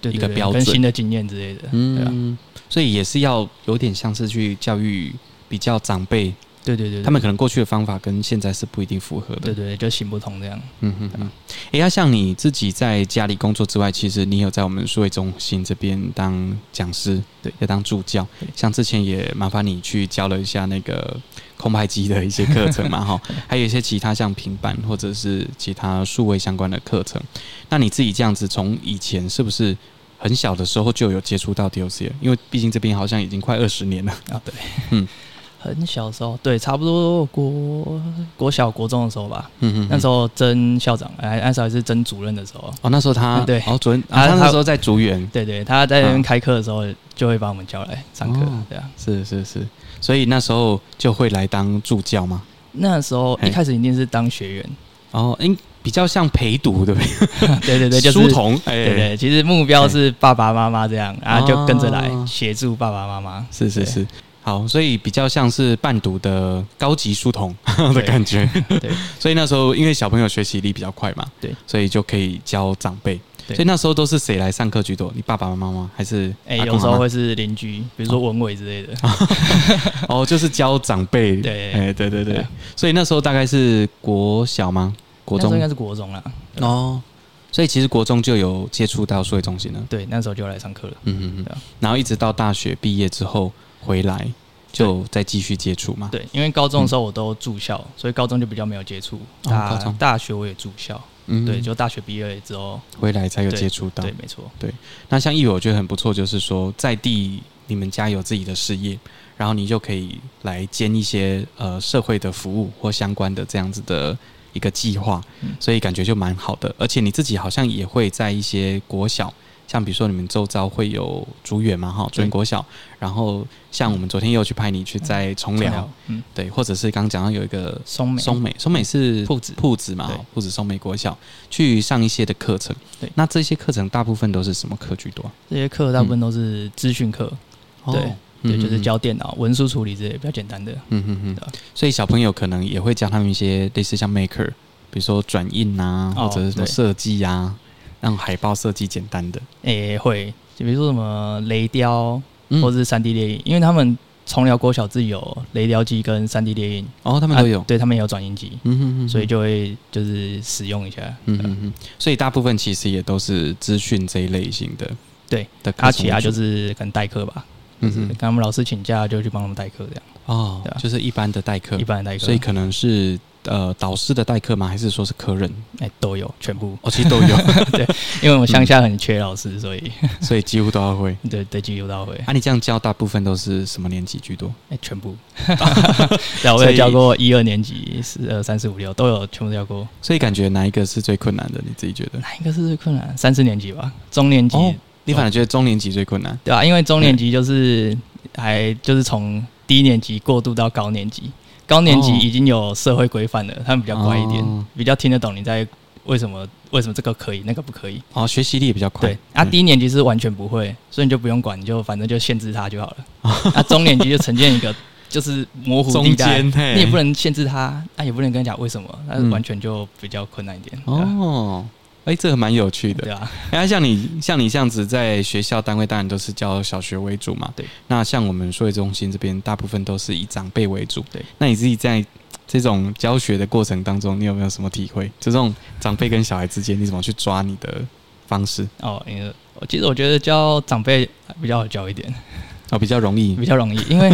[SPEAKER 2] 对
[SPEAKER 1] 一个
[SPEAKER 2] 对对
[SPEAKER 1] 标
[SPEAKER 2] 跟
[SPEAKER 1] 准
[SPEAKER 2] 新的经验之类的，对啊，
[SPEAKER 1] 嗯，所以也是要有点像是去教育比较长辈，
[SPEAKER 2] 对对对，对
[SPEAKER 1] 他们可能过去的方法跟现在是不一定符合
[SPEAKER 2] 对
[SPEAKER 1] 的。
[SPEAKER 2] 对对就行不通这样。
[SPEAKER 1] 嗯哼哼。哎，那像你自己在家里工作之外，其实你有在我们数位中心这边当讲师，
[SPEAKER 2] 对，
[SPEAKER 1] 也当助教
[SPEAKER 2] 对。
[SPEAKER 1] 像之前也麻烦你去教了一下那个空拍机的一些课程
[SPEAKER 2] [LAUGHS]
[SPEAKER 1] 嘛，哈，还有一些其他像平板或者是其他数位相关的课程。那你自己这样子，从以前是不是很小的时候就有接触到 DOC 了？因为毕竟这边好像已经快二十年了。
[SPEAKER 2] 啊，对，
[SPEAKER 1] 嗯，
[SPEAKER 2] 很小时候，对，差不多国国小国中的时候吧，
[SPEAKER 1] 嗯嗯，
[SPEAKER 2] 那时
[SPEAKER 1] 候
[SPEAKER 2] 候争校长，哎，那时候还是争主任的时候，
[SPEAKER 1] 哦，那时候他
[SPEAKER 2] 对
[SPEAKER 1] 哦，主任，啊、
[SPEAKER 2] 他
[SPEAKER 1] 他那
[SPEAKER 2] 他
[SPEAKER 1] 时候在竹园，
[SPEAKER 2] 对对，他在那边开课的时候就会把我们叫来上课
[SPEAKER 1] 哦，
[SPEAKER 2] 对啊。
[SPEAKER 1] 是是是，所以那时候就会来当助教嘛。
[SPEAKER 2] 那时候
[SPEAKER 1] 嘿
[SPEAKER 2] 一开始一定是当学员， [LAUGHS]
[SPEAKER 1] 哦，应比较像陪读，对不对？
[SPEAKER 2] 对对对，就是
[SPEAKER 1] 书童，哎、
[SPEAKER 2] 对对，其实目标是爸爸妈妈这样，然后就跟着来
[SPEAKER 1] 哦
[SPEAKER 2] 协助爸爸妈妈。
[SPEAKER 1] 是是
[SPEAKER 2] 对
[SPEAKER 1] 是，好，所以比较像是伴读的高级书童 [LAUGHS] 的
[SPEAKER 2] 对
[SPEAKER 1] 感觉。
[SPEAKER 2] 对，
[SPEAKER 1] 所以那时候因为小朋友学习力比较快嘛，
[SPEAKER 2] 对，
[SPEAKER 1] 所以就可以教长辈。
[SPEAKER 2] 对
[SPEAKER 1] 所以那时候都是谁来上课居多？你爸爸妈妈吗还啊是
[SPEAKER 2] 哎、
[SPEAKER 1] 阿公
[SPEAKER 2] 有时
[SPEAKER 1] 阿
[SPEAKER 2] 候
[SPEAKER 1] 嬷
[SPEAKER 2] 会是邻居，比如说文伟之类的。
[SPEAKER 1] 哦，就是教长辈。
[SPEAKER 2] 对
[SPEAKER 1] 哎，对对对
[SPEAKER 2] 对。
[SPEAKER 1] 所以那时候大概是国小吗？国
[SPEAKER 2] 那时候
[SPEAKER 1] 中
[SPEAKER 2] 应该是国中啦。
[SPEAKER 1] 哦，所以其实国中就有接触到数位中心了。
[SPEAKER 2] 对，那时候就来上课了。
[SPEAKER 1] 嗯嗯
[SPEAKER 2] 对
[SPEAKER 1] 嗯
[SPEAKER 2] 啊。
[SPEAKER 1] 然后一直到大学毕业之后回来，就再继续接触嘛。
[SPEAKER 2] 对，因为高中的时候我都住校，所以高中就比较没有接触。
[SPEAKER 1] 哦
[SPEAKER 2] 大、
[SPEAKER 1] 高中
[SPEAKER 2] 大学我也住校，
[SPEAKER 1] 嗯
[SPEAKER 2] 对，就大学毕业之后，
[SPEAKER 1] 回来才有
[SPEAKER 2] 对
[SPEAKER 1] 接触到
[SPEAKER 2] 对，。没错，
[SPEAKER 1] 那像一伟，我觉得很不错，就是说在地你们家有自己的事业，然后你就可以来兼一些呃社会的服务或相关的这样子的一个计划
[SPEAKER 2] 嗯，
[SPEAKER 1] 所以感觉就蛮好的。而且你自己好像也会在一些国小，像比如说你们周遭会有竹园嘛，哈，竹园
[SPEAKER 2] 对
[SPEAKER 1] 国小，然后像我们昨天又去拍你去在崇
[SPEAKER 2] 重
[SPEAKER 1] 寮
[SPEAKER 2] 要，，嗯，
[SPEAKER 1] 对，或者是刚刚讲到有一个
[SPEAKER 2] 松美，
[SPEAKER 1] 松美，松美是
[SPEAKER 2] 铺子
[SPEAKER 1] 铺子嘛
[SPEAKER 2] 对，
[SPEAKER 1] 铺子松美国小去上一些的课程。
[SPEAKER 2] 对
[SPEAKER 1] 那这些课程大部分都是什么课居多啊？
[SPEAKER 2] 这些课大部分都是资讯课，对
[SPEAKER 1] 哦，
[SPEAKER 2] 对，就是
[SPEAKER 1] 嗯
[SPEAKER 2] 教电脑、文书处理这些比较简单的。
[SPEAKER 1] 嗯嗯嗯
[SPEAKER 2] 对啊，
[SPEAKER 1] 所以小朋友可能也会教他们一些类似像 Maker，比如说转印啊，
[SPEAKER 2] 哦
[SPEAKER 1] 或者是什么
[SPEAKER 2] 对
[SPEAKER 1] 设计啊，让海报设计简单的，
[SPEAKER 2] 诶、会，就比如说什么雷雕，
[SPEAKER 1] 嗯
[SPEAKER 2] 或者是三 D 猎印，因为他们从辽国小自己有雷雕机跟三 D 猎印，
[SPEAKER 1] 哦，他们都有
[SPEAKER 2] 啊，对他们也有转印机，
[SPEAKER 1] 嗯哼哼，
[SPEAKER 2] 所以就会就是使用一下。
[SPEAKER 1] 嗯嗯嗯，所以大部分其实也都是资讯这一类型的，
[SPEAKER 2] 对
[SPEAKER 1] 的
[SPEAKER 2] 阿
[SPEAKER 1] 课程为
[SPEAKER 2] 奇
[SPEAKER 1] 主，
[SPEAKER 2] 啊，就是啊可能代课吧，
[SPEAKER 1] 嗯
[SPEAKER 2] 就是
[SPEAKER 1] 哼
[SPEAKER 2] 跟他们老师请假就去帮他们代课，这样
[SPEAKER 1] 哦
[SPEAKER 2] 对，啊
[SPEAKER 1] 就是一般的代课
[SPEAKER 2] 一，般的代课，
[SPEAKER 1] 所以可能是呃导师的代课吗？还是说是科任？ [LAUGHS]
[SPEAKER 2] 哎、都有全部，
[SPEAKER 1] 哦，其实都
[SPEAKER 2] [LAUGHS]
[SPEAKER 1] 有，
[SPEAKER 2] 因为我们乡下很缺老师，所以 [LAUGHS]
[SPEAKER 1] 所以几乎都要会。
[SPEAKER 2] 对对基督到会，哎、
[SPEAKER 1] 啊，你这样教大部分都是什么年级居多？[LAUGHS]
[SPEAKER 2] 全部， [LAUGHS] 对啊，我
[SPEAKER 1] 所
[SPEAKER 2] 有
[SPEAKER 1] 以
[SPEAKER 2] 教过一二年级、四二三四五六都有全部教过，
[SPEAKER 1] 所以感觉哪一个是最困难的？你自己觉得？
[SPEAKER 2] 哪一个啊是最困难？三四年级吧，中年级、
[SPEAKER 1] 哦你反而觉得中年级最困难？
[SPEAKER 2] 对啊，因为中年级就是还就是从低年级过渡到高年级，高年级
[SPEAKER 1] 哦
[SPEAKER 2] 已经有社会规范了，他们比较乖一点，
[SPEAKER 1] 哦
[SPEAKER 2] 比较听得懂你在为什么为什么这个可以那个不可以。
[SPEAKER 1] 哦，学习力也比较快。
[SPEAKER 2] 对啊，
[SPEAKER 1] 嗯
[SPEAKER 2] 低年级是完全不会，所以你就不用管，你就反正就限制他就好了。啊，中年级就呈现一个就是模糊地
[SPEAKER 1] 嗯中
[SPEAKER 2] 带，
[SPEAKER 1] 间，
[SPEAKER 2] 你
[SPEAKER 1] 你
[SPEAKER 2] 也不能限制他，啊也不能跟他讲为什么，那
[SPEAKER 1] 嗯
[SPEAKER 2] 完全就比较困难一点。对啊
[SPEAKER 1] 哦。哎、这个蛮有趣的。
[SPEAKER 2] 对啊，
[SPEAKER 1] 哎、像你像你这样子，在学校单位当然都是教小学为主嘛。
[SPEAKER 2] 对。
[SPEAKER 1] 那像我们数位中心这边，大部分都是以长辈为主。
[SPEAKER 2] 对。
[SPEAKER 1] 那你自己在这种教学的过程当中，你有没有什么体会？就这种长辈跟小孩之间，你怎么去抓你的方式？
[SPEAKER 2] 哦，因为我其实我觉得教长辈比较好教一点。 [LAUGHS]
[SPEAKER 1] 哦，比较容易
[SPEAKER 2] 比较容易，因为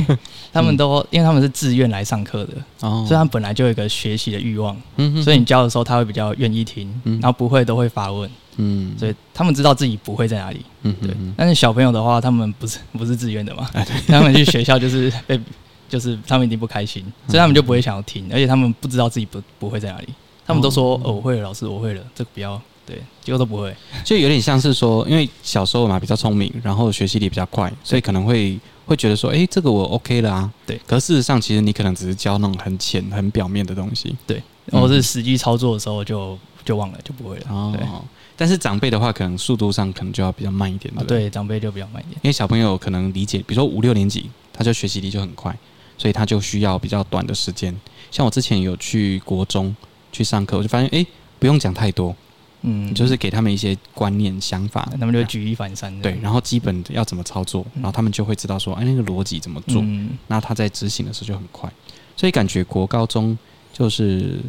[SPEAKER 2] 他们都、因为他们是自愿来上课的，
[SPEAKER 1] 嗯哦
[SPEAKER 2] 所以他们本来就有一个学习的欲望，
[SPEAKER 1] 嗯哼
[SPEAKER 2] 啊所以你教的时候他会比较愿意听，
[SPEAKER 1] 嗯
[SPEAKER 2] 然后不会都会发问，
[SPEAKER 1] 嗯
[SPEAKER 2] 所以他们知道自己不会在哪里。
[SPEAKER 1] 嗯啊
[SPEAKER 2] 对，
[SPEAKER 1] 嗯
[SPEAKER 2] 但是小朋友的话，他们不是不是自愿
[SPEAKER 1] [LAUGHS]
[SPEAKER 2] 的嘛，他们去学校就是被。就是他们一定不开心，
[SPEAKER 1] 嗯
[SPEAKER 2] 所以他们就不会想要听，而且他们不知道自己不不会在哪里，他们都说、哦我会了，老师我会了，这个不要对，结果都不会，
[SPEAKER 1] 就有点像是说，因为小时候嘛比较聪明，然后学习力比较快，所以可能会会觉得说，诶，哎这个我 OK 了啊。
[SPEAKER 2] 对。
[SPEAKER 1] 可事实上，其实你可能只是教那种很浅、很表面的东西。
[SPEAKER 2] 然后是
[SPEAKER 1] 嗯
[SPEAKER 2] 实际操作的时候就就忘了，就不会了。对，
[SPEAKER 1] 哦。但是长辈的话，可能速度上可能就要比较慢一点，对
[SPEAKER 2] 啊
[SPEAKER 1] 不对？
[SPEAKER 2] 对，长辈就比较慢一点。
[SPEAKER 1] 因为小朋友可能理解，比如说五六年级，他就学习力就很快，所以他就需要比较短的时间。像我之前有去国中去上课，我就发现，诶，不用讲太多，
[SPEAKER 2] 嗯，
[SPEAKER 1] 就是给他们一些观念、想法，
[SPEAKER 2] 他们就会嗯举一反三的。
[SPEAKER 1] 对，然后基本要怎么操作，然后他们就会知道说，哎，那个逻辑怎么做，
[SPEAKER 2] 嗯，
[SPEAKER 1] 那他在执行的时候就很快，所以感觉国高中就是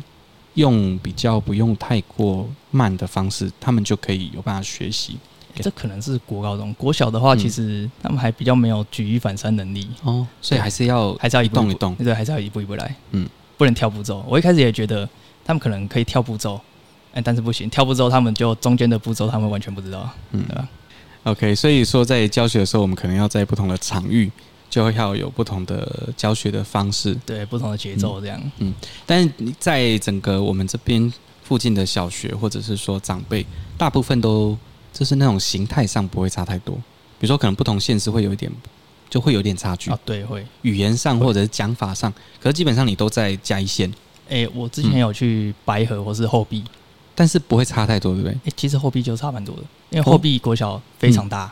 [SPEAKER 1] 用比较不用太过慢的方式，他们就可以有办法学习。
[SPEAKER 2] 这可能是国高中、国小的话，
[SPEAKER 1] 嗯
[SPEAKER 2] 其实他们还比较没有举一反三能力，
[SPEAKER 1] 哦，所以还是要
[SPEAKER 2] 还是要一步
[SPEAKER 1] 动一
[SPEAKER 2] 步
[SPEAKER 1] 动
[SPEAKER 2] 对，还是要一步一步来，
[SPEAKER 1] 嗯，
[SPEAKER 2] 不能跳步骤。我一开始也觉得他们可能可以跳步骤，哎，但是不行，跳步骤他们就中间的步骤他们完全不知道，
[SPEAKER 1] 嗯
[SPEAKER 2] 对吧？
[SPEAKER 1] OK，所以说在教学的时候，我们可能要在不同的场域就要有不同的教学的方式。
[SPEAKER 2] 对不同的
[SPEAKER 1] 嗯
[SPEAKER 2] 节奏这样。
[SPEAKER 1] 但是在整个我们这边附近的小学，或者是说长辈，大部分都就是那种形态上不会差太多。比如说，可能不同县市会有一点，就会有点差距，
[SPEAKER 2] 啊，对，会。
[SPEAKER 1] 语言上或者是讲法上，可是基本上你都在加一线，
[SPEAKER 2] 哎、我之
[SPEAKER 1] 嗯
[SPEAKER 2] 前有去白河或是后壁，
[SPEAKER 1] 但是不会差太多，对不对？
[SPEAKER 2] 哎、其实后壁就差蛮多的，因为
[SPEAKER 1] 哦
[SPEAKER 2] 后壁国小非常大，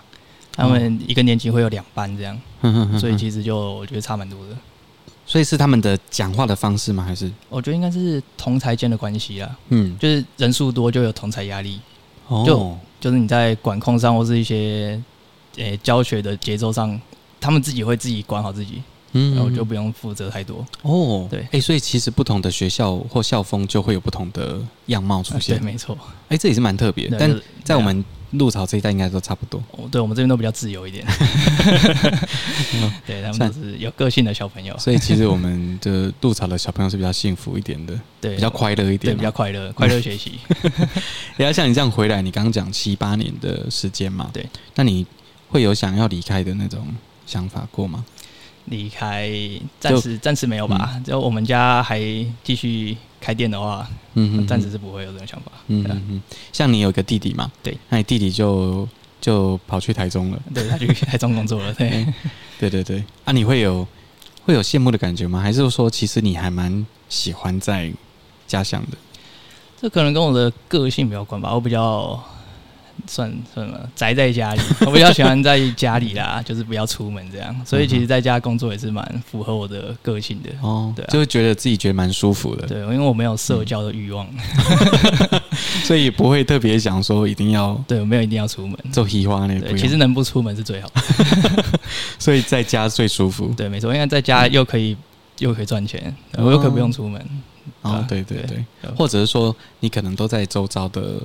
[SPEAKER 2] 他们一个年级会有两班这样，
[SPEAKER 1] 哼哼哼
[SPEAKER 2] 嗯所以其实就我觉得差蛮多的。
[SPEAKER 1] 所以是他们的讲话的方式吗？还是
[SPEAKER 2] 我哦觉得应该是同才间的关系啦，
[SPEAKER 1] 嗯，
[SPEAKER 2] 就是人数多就有同才压力，
[SPEAKER 1] 哦
[SPEAKER 2] 就，就是你在管控上或是一些呃、教学的节奏上，他们自己会自己管好自己，
[SPEAKER 1] 嗯
[SPEAKER 2] 然后哦就不用负责太多。啊
[SPEAKER 1] 哦，
[SPEAKER 2] 对
[SPEAKER 1] 哎，所以其实不同的学校或校风就会有不同的样貌出
[SPEAKER 2] 啊对，
[SPEAKER 1] 现，
[SPEAKER 2] 没错。
[SPEAKER 1] 哎，这也是蛮特别
[SPEAKER 2] 对，
[SPEAKER 1] 但
[SPEAKER 2] 就是
[SPEAKER 1] 在我们鹿草这一代应该都差不多。
[SPEAKER 2] 哦对我们这边都比较自由 [LAUGHS] 一点， [LAUGHS] 对他们都是有个性的小朋友，
[SPEAKER 1] 所以其实我们的鹿草的小朋友是比较幸福一点的，
[SPEAKER 2] 对，
[SPEAKER 1] 比较快乐一
[SPEAKER 2] 对，
[SPEAKER 1] 点
[SPEAKER 2] 比
[SPEAKER 1] 啊。
[SPEAKER 2] 较快乐，快乐学习。
[SPEAKER 1] 然后像你这样回来，你刚刚讲七八年的时间嘛，
[SPEAKER 2] 对，
[SPEAKER 1] 那你会有想要离开的那种想法过吗？
[SPEAKER 2] 离开暂时暂时没有吧，只要我们家还继续开店的话，
[SPEAKER 1] 嗯哼，
[SPEAKER 2] 暂时是不会有这种想
[SPEAKER 1] [LAUGHS]
[SPEAKER 2] 法。
[SPEAKER 1] 嗯
[SPEAKER 2] 对啊
[SPEAKER 1] 嗯嗯，像你有个弟弟嘛，
[SPEAKER 2] 对，
[SPEAKER 1] 那你弟弟就就跑去台中了，
[SPEAKER 2] 对他去台中工作了，
[SPEAKER 1] 嗯对
[SPEAKER 2] 对，
[SPEAKER 1] 对对，啊，你会有会有羡慕的感觉吗？还是说其实你还蛮喜欢在家乡的？
[SPEAKER 2] 这可能跟我的个性比较关吧，我比较。算算了，宅在家里， [LAUGHS] 我比较喜欢在家里啦， [LAUGHS] 就是不要出门这样。所以
[SPEAKER 1] 嗯
[SPEAKER 2] 其实在家工作也是蛮符合我的个性的。
[SPEAKER 1] 哦，
[SPEAKER 2] 对啊
[SPEAKER 1] 就会觉得自己觉得蛮舒服的，
[SPEAKER 2] 对，因为我没有社交的欲望，
[SPEAKER 1] 嗯所以不会特别想说一定要
[SPEAKER 2] 对，我没有一定要出门。
[SPEAKER 1] 做喜欢那
[SPEAKER 2] 对，其实能不出门是最好的。
[SPEAKER 1] 所以在家最舒服。
[SPEAKER 2] 对，没错，因为在家又可以又可以赚钱，
[SPEAKER 1] 哦
[SPEAKER 2] 我又可以不用出门。
[SPEAKER 1] 哦，对对
[SPEAKER 2] 对
[SPEAKER 1] 对，
[SPEAKER 2] 对
[SPEAKER 1] 或者是说你可能都在周遭的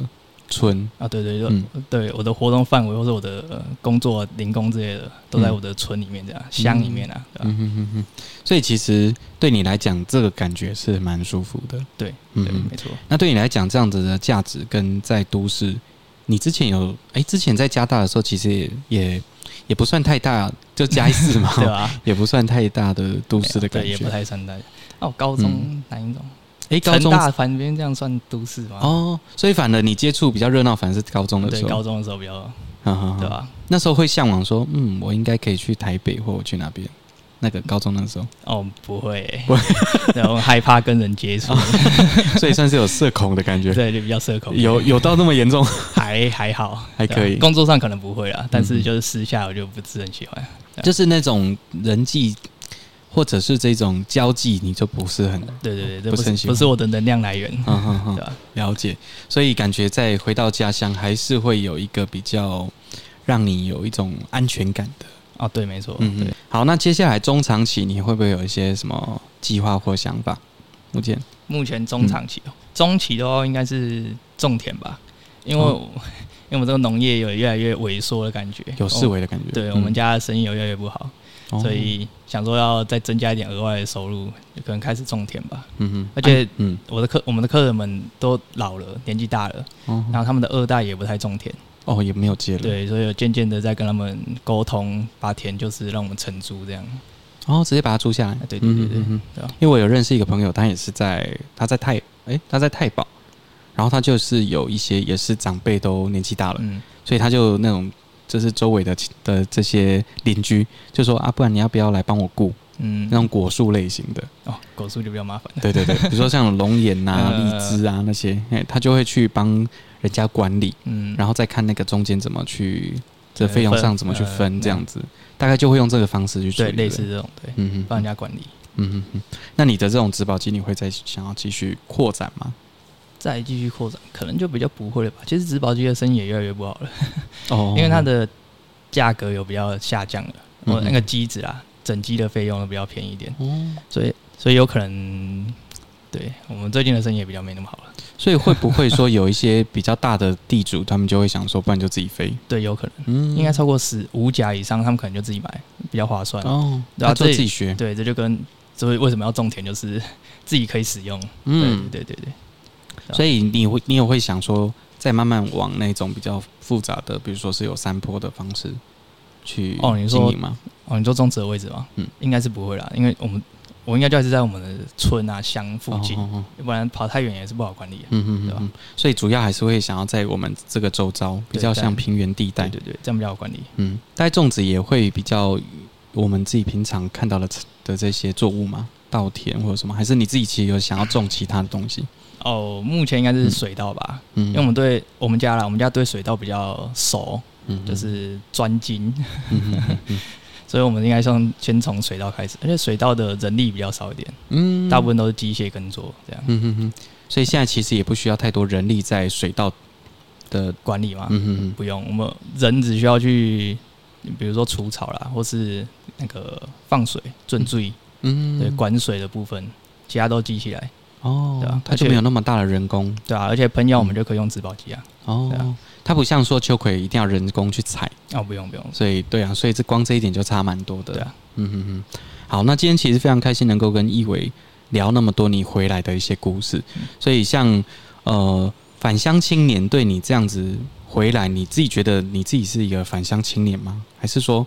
[SPEAKER 1] 村，
[SPEAKER 2] 啊，对对对，
[SPEAKER 1] 嗯
[SPEAKER 2] 对我的活动范围或者我的、呃工作零工之类的，都在我的村里面这样，乡里面啊，对吧、
[SPEAKER 1] 嗯哼哼哼，所以其实对你来讲，这个感觉是蛮舒服的。
[SPEAKER 2] 对，
[SPEAKER 1] 嗯
[SPEAKER 2] 对，
[SPEAKER 1] 哼，
[SPEAKER 2] 没错。
[SPEAKER 1] 那对你来讲，这样子的价值跟在都市，你之前有哎、之前在加大的时候，其实也也也不算太大，就加一次嘛，
[SPEAKER 2] [LAUGHS] 对
[SPEAKER 1] [LAUGHS]
[SPEAKER 2] 吧？哎
[SPEAKER 1] 也不算太大的都市的感
[SPEAKER 2] 对，也不
[SPEAKER 1] 觉。
[SPEAKER 2] 太算大。哦，高中、哪一种？
[SPEAKER 1] 哎、高
[SPEAKER 2] 成
[SPEAKER 1] 中
[SPEAKER 2] 大旁边这样算都市吗？，
[SPEAKER 1] 哦，所以反而你接触比较热闹，反而是高中的
[SPEAKER 2] 对，
[SPEAKER 1] 时候哦
[SPEAKER 2] 高，中的时候比较，
[SPEAKER 1] 哈哈哈
[SPEAKER 2] 对啊吧？
[SPEAKER 1] 那时候会向往说，嗯，我应该可以去台北，或我去哪边。那个高中那时候，
[SPEAKER 2] 哦，不会、欸
[SPEAKER 1] 不，
[SPEAKER 2] [LAUGHS] 对，我很害怕跟人接触，
[SPEAKER 1] [LAUGHS] 所以算是有 [LAUGHS] 社恐的感觉，
[SPEAKER 2] 对，就比较社恐。
[SPEAKER 1] 有有到那么严重？
[SPEAKER 2] 还还好，
[SPEAKER 1] 还可以
[SPEAKER 2] 对工作上可能不会啦，但
[SPEAKER 1] 嗯
[SPEAKER 2] 是
[SPEAKER 1] 哼
[SPEAKER 2] 就是私下我就不是很喜欢。
[SPEAKER 1] [LAUGHS] 就是那种人际或者是这种交际，你就不是很，
[SPEAKER 2] 对对对，这
[SPEAKER 1] 不
[SPEAKER 2] 不
[SPEAKER 1] 是很喜
[SPEAKER 2] 是
[SPEAKER 1] 欢
[SPEAKER 2] 不是我的能量来源，
[SPEAKER 1] 嗯嗯嗯
[SPEAKER 2] 对，吧？
[SPEAKER 1] 了解，所以感觉在回到家乡，还是会有一个比较让你有一种安全感的。
[SPEAKER 2] 哦，对，没错，
[SPEAKER 1] 嗯，
[SPEAKER 2] 对
[SPEAKER 1] 嗯。好，那接下来中长期你会不会有一些什么计划或想法？目前，
[SPEAKER 2] 目前中长期哦，中期的话应该是种田吧，因为我、 [LAUGHS] 因为我们这个农业有越来越萎缩的感觉，
[SPEAKER 1] 哦有思
[SPEAKER 2] 哦
[SPEAKER 1] 维的感觉。
[SPEAKER 2] 对
[SPEAKER 1] 嗯
[SPEAKER 2] 我们家的生意有越来越不好，
[SPEAKER 1] 哦
[SPEAKER 2] 所以想说要再增加一点额外的收入，就可能开始种田吧。
[SPEAKER 1] 嗯嗯，
[SPEAKER 2] 而且
[SPEAKER 1] 嗯，
[SPEAKER 2] 我的客我们的客人们都老了，年纪大了，然
[SPEAKER 1] 哦
[SPEAKER 2] 后他们的二代也不太种田，
[SPEAKER 1] 哦，也没有接了。，
[SPEAKER 2] 对，所以有渐渐的在跟他们沟通，把田就是让我们承租这样。
[SPEAKER 1] 哦，直接把它租下来
[SPEAKER 2] 啊。对对
[SPEAKER 1] 嗯
[SPEAKER 2] 对
[SPEAKER 1] 嗯
[SPEAKER 2] 对
[SPEAKER 1] 嗯嗯
[SPEAKER 2] 对啊
[SPEAKER 1] 因为我有认识一个朋友，他也是在他在太哎他在太保，然后他就是有一些也是长辈都年纪大了，
[SPEAKER 2] 嗯，
[SPEAKER 1] 所以他就那种就是周围的亲的这些邻居就说啊，不然你要不要来帮我顾
[SPEAKER 2] 嗯，
[SPEAKER 1] 那种果树类型的？
[SPEAKER 2] 哦，果树就比较麻烦。
[SPEAKER 1] 对对对，
[SPEAKER 2] [LAUGHS]
[SPEAKER 1] 比如说像龙眼啊、
[SPEAKER 2] 嗯
[SPEAKER 1] 荔枝啊那些，哎，他就会去帮人家管理，
[SPEAKER 2] 嗯，
[SPEAKER 1] 然
[SPEAKER 2] 后
[SPEAKER 1] 后再看那个中间怎么去这
[SPEAKER 2] 呃
[SPEAKER 1] 费用
[SPEAKER 2] 分
[SPEAKER 1] 上怎么去
[SPEAKER 2] 呃
[SPEAKER 1] 分，
[SPEAKER 2] 嗯
[SPEAKER 1] 这样子大概就会用这个方式去处理
[SPEAKER 2] 对，
[SPEAKER 1] 对
[SPEAKER 2] 类
[SPEAKER 1] 不对
[SPEAKER 2] 似这种，对，
[SPEAKER 1] 嗯
[SPEAKER 2] 帮
[SPEAKER 1] 嗯
[SPEAKER 2] 人家管理。
[SPEAKER 1] 嗯嗯嗯。那你的这种植保机，你会再想要继续扩展吗？
[SPEAKER 2] 再继续扩展，可能就比较不会了吧。其实植保机的生意也越来越不好了，
[SPEAKER 1] 哦
[SPEAKER 2] 因为它的价格有比较下降了，
[SPEAKER 1] 嗯
[SPEAKER 2] 我那个机子啊，整机的费用都比较便宜一点，
[SPEAKER 1] 哦，
[SPEAKER 2] 所以所以有可能，对我们最近的生意也比较没那么好了。
[SPEAKER 1] 所以会不会说有一些比较大的地主，他们就会想说，不然就自己飞？
[SPEAKER 2] 对，有可能
[SPEAKER 1] 嗯
[SPEAKER 2] 应该超过十五甲以上，他们可能就自己买，比较划算。
[SPEAKER 1] 哦，
[SPEAKER 2] 对啊
[SPEAKER 1] 他就
[SPEAKER 2] 这
[SPEAKER 1] 自己学，
[SPEAKER 2] 对，这就跟所以为什么要种田，就是 [LAUGHS] 自己可以使用。
[SPEAKER 1] 嗯，
[SPEAKER 2] 对对对对，
[SPEAKER 1] 所以你会，你也会想说，再慢慢往那种比较复杂的，比如说是有山坡的方式，去
[SPEAKER 2] 哦你说
[SPEAKER 1] 经营吗？
[SPEAKER 2] 哦，你说中职的位置吗？
[SPEAKER 1] 嗯
[SPEAKER 2] 嗯，应该是不会啦，因为我们我应该就还是在我们的村啊乡附近，
[SPEAKER 1] 哦哦哦
[SPEAKER 2] 要不然跑太远也是不好管理、啊。
[SPEAKER 1] 嗯嗯嗯
[SPEAKER 2] 对吧
[SPEAKER 1] 嗯，所以主要还是会想要在我们这个周遭比较
[SPEAKER 2] 对
[SPEAKER 1] 像平原地带
[SPEAKER 2] 对，对对，这样比较好管理。
[SPEAKER 1] 嗯，带种植也会比较我们自己平常看到的的这些作物吗？稻田或者什么？还是你自己其实有想要种其他的东西？
[SPEAKER 2] 哦，目前应该是水稻吧，
[SPEAKER 1] 嗯，
[SPEAKER 2] 因为我们对我们家啦，我们家对水稻比较熟，
[SPEAKER 1] 嗯哼
[SPEAKER 2] 就是专精， [LAUGHS]
[SPEAKER 1] 嗯哼嗯哼
[SPEAKER 2] 所以我们应该从先从水稻开始，而且水稻的人力比较少一点，
[SPEAKER 1] 嗯
[SPEAKER 2] [LAUGHS] 大部分都是机械耕作这样
[SPEAKER 1] 嗯哼哼，所以现在其实也不需要太多人力在水稻的
[SPEAKER 2] 管理嘛。
[SPEAKER 1] 嗯哼哼
[SPEAKER 2] 不用，我们人只需要去，比如说除草啦，或是那个放水、准注意，
[SPEAKER 1] 嗯
[SPEAKER 2] 对，管水的部分，其他都记起来，
[SPEAKER 1] 哦，
[SPEAKER 2] 对啊
[SPEAKER 1] 它就
[SPEAKER 2] 而且
[SPEAKER 1] 没有那么大的人工
[SPEAKER 2] 对啊，而且喷药我
[SPEAKER 1] 嗯
[SPEAKER 2] 们就可以用植保机啊，
[SPEAKER 1] 哦。
[SPEAKER 2] 对啊
[SPEAKER 1] 它不像说秋葵一定要人工去采，
[SPEAKER 2] 哦，不用不用，
[SPEAKER 1] 所以对啊，所以这光这一点就差蛮多的。
[SPEAKER 2] 对啊，
[SPEAKER 1] 嗯哼哼，好，那今天其实非常开心能够跟一伟聊那么多你回来的一些故事，
[SPEAKER 2] 嗯
[SPEAKER 1] 所以像呃返乡青年对你这样子回来，你自己觉得你自己是一个返乡青年吗？还是说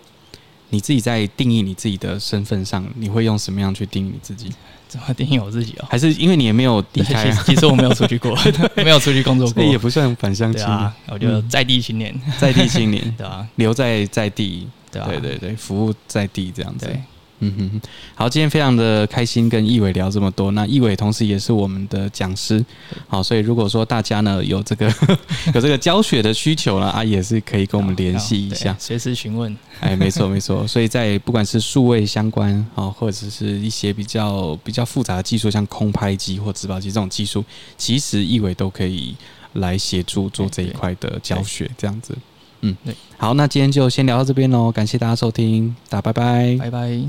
[SPEAKER 1] 你自己在定义你自己的身份上，你会用什么样去定义你自己？
[SPEAKER 2] 怎么定义我自己哦？
[SPEAKER 1] 还是因为你也没有离
[SPEAKER 2] 对
[SPEAKER 1] 开、
[SPEAKER 2] 其
[SPEAKER 1] 啊，
[SPEAKER 2] 实其实我没有出
[SPEAKER 1] [LAUGHS]
[SPEAKER 2] 去过，没有出去工作
[SPEAKER 1] 所以也
[SPEAKER 2] 过，
[SPEAKER 1] 不嗯算返乡
[SPEAKER 2] 对
[SPEAKER 1] 青年
[SPEAKER 2] 啊，，我就在地青年，
[SPEAKER 1] 在地青年，
[SPEAKER 2] [LAUGHS] 对啊，
[SPEAKER 1] 留在在地，
[SPEAKER 2] 对啊，
[SPEAKER 1] 对对对，服务在地这样子。
[SPEAKER 2] 对，
[SPEAKER 1] 嗯哼哼，好，今天非常的开心跟易伟聊这么多。那易伟同时也是我们的讲师，好，所以如果说大家呢有
[SPEAKER 2] [LAUGHS]
[SPEAKER 1] 这个有这个教学的需求呢，啊，也是可以跟我们联系一
[SPEAKER 2] 对
[SPEAKER 1] 下。
[SPEAKER 2] 随时询问，
[SPEAKER 1] 哎，没错没错，所以在不管是数位相关啊，或者是一些比较比较复杂的技术，像空拍机或植保机这种技术，其实易伟都可以来协助做这一块的教学，这样子。嗯
[SPEAKER 2] 对，
[SPEAKER 1] 好，那今天就先聊到这边喽，感谢大家收听，大家拜拜
[SPEAKER 2] 拜拜。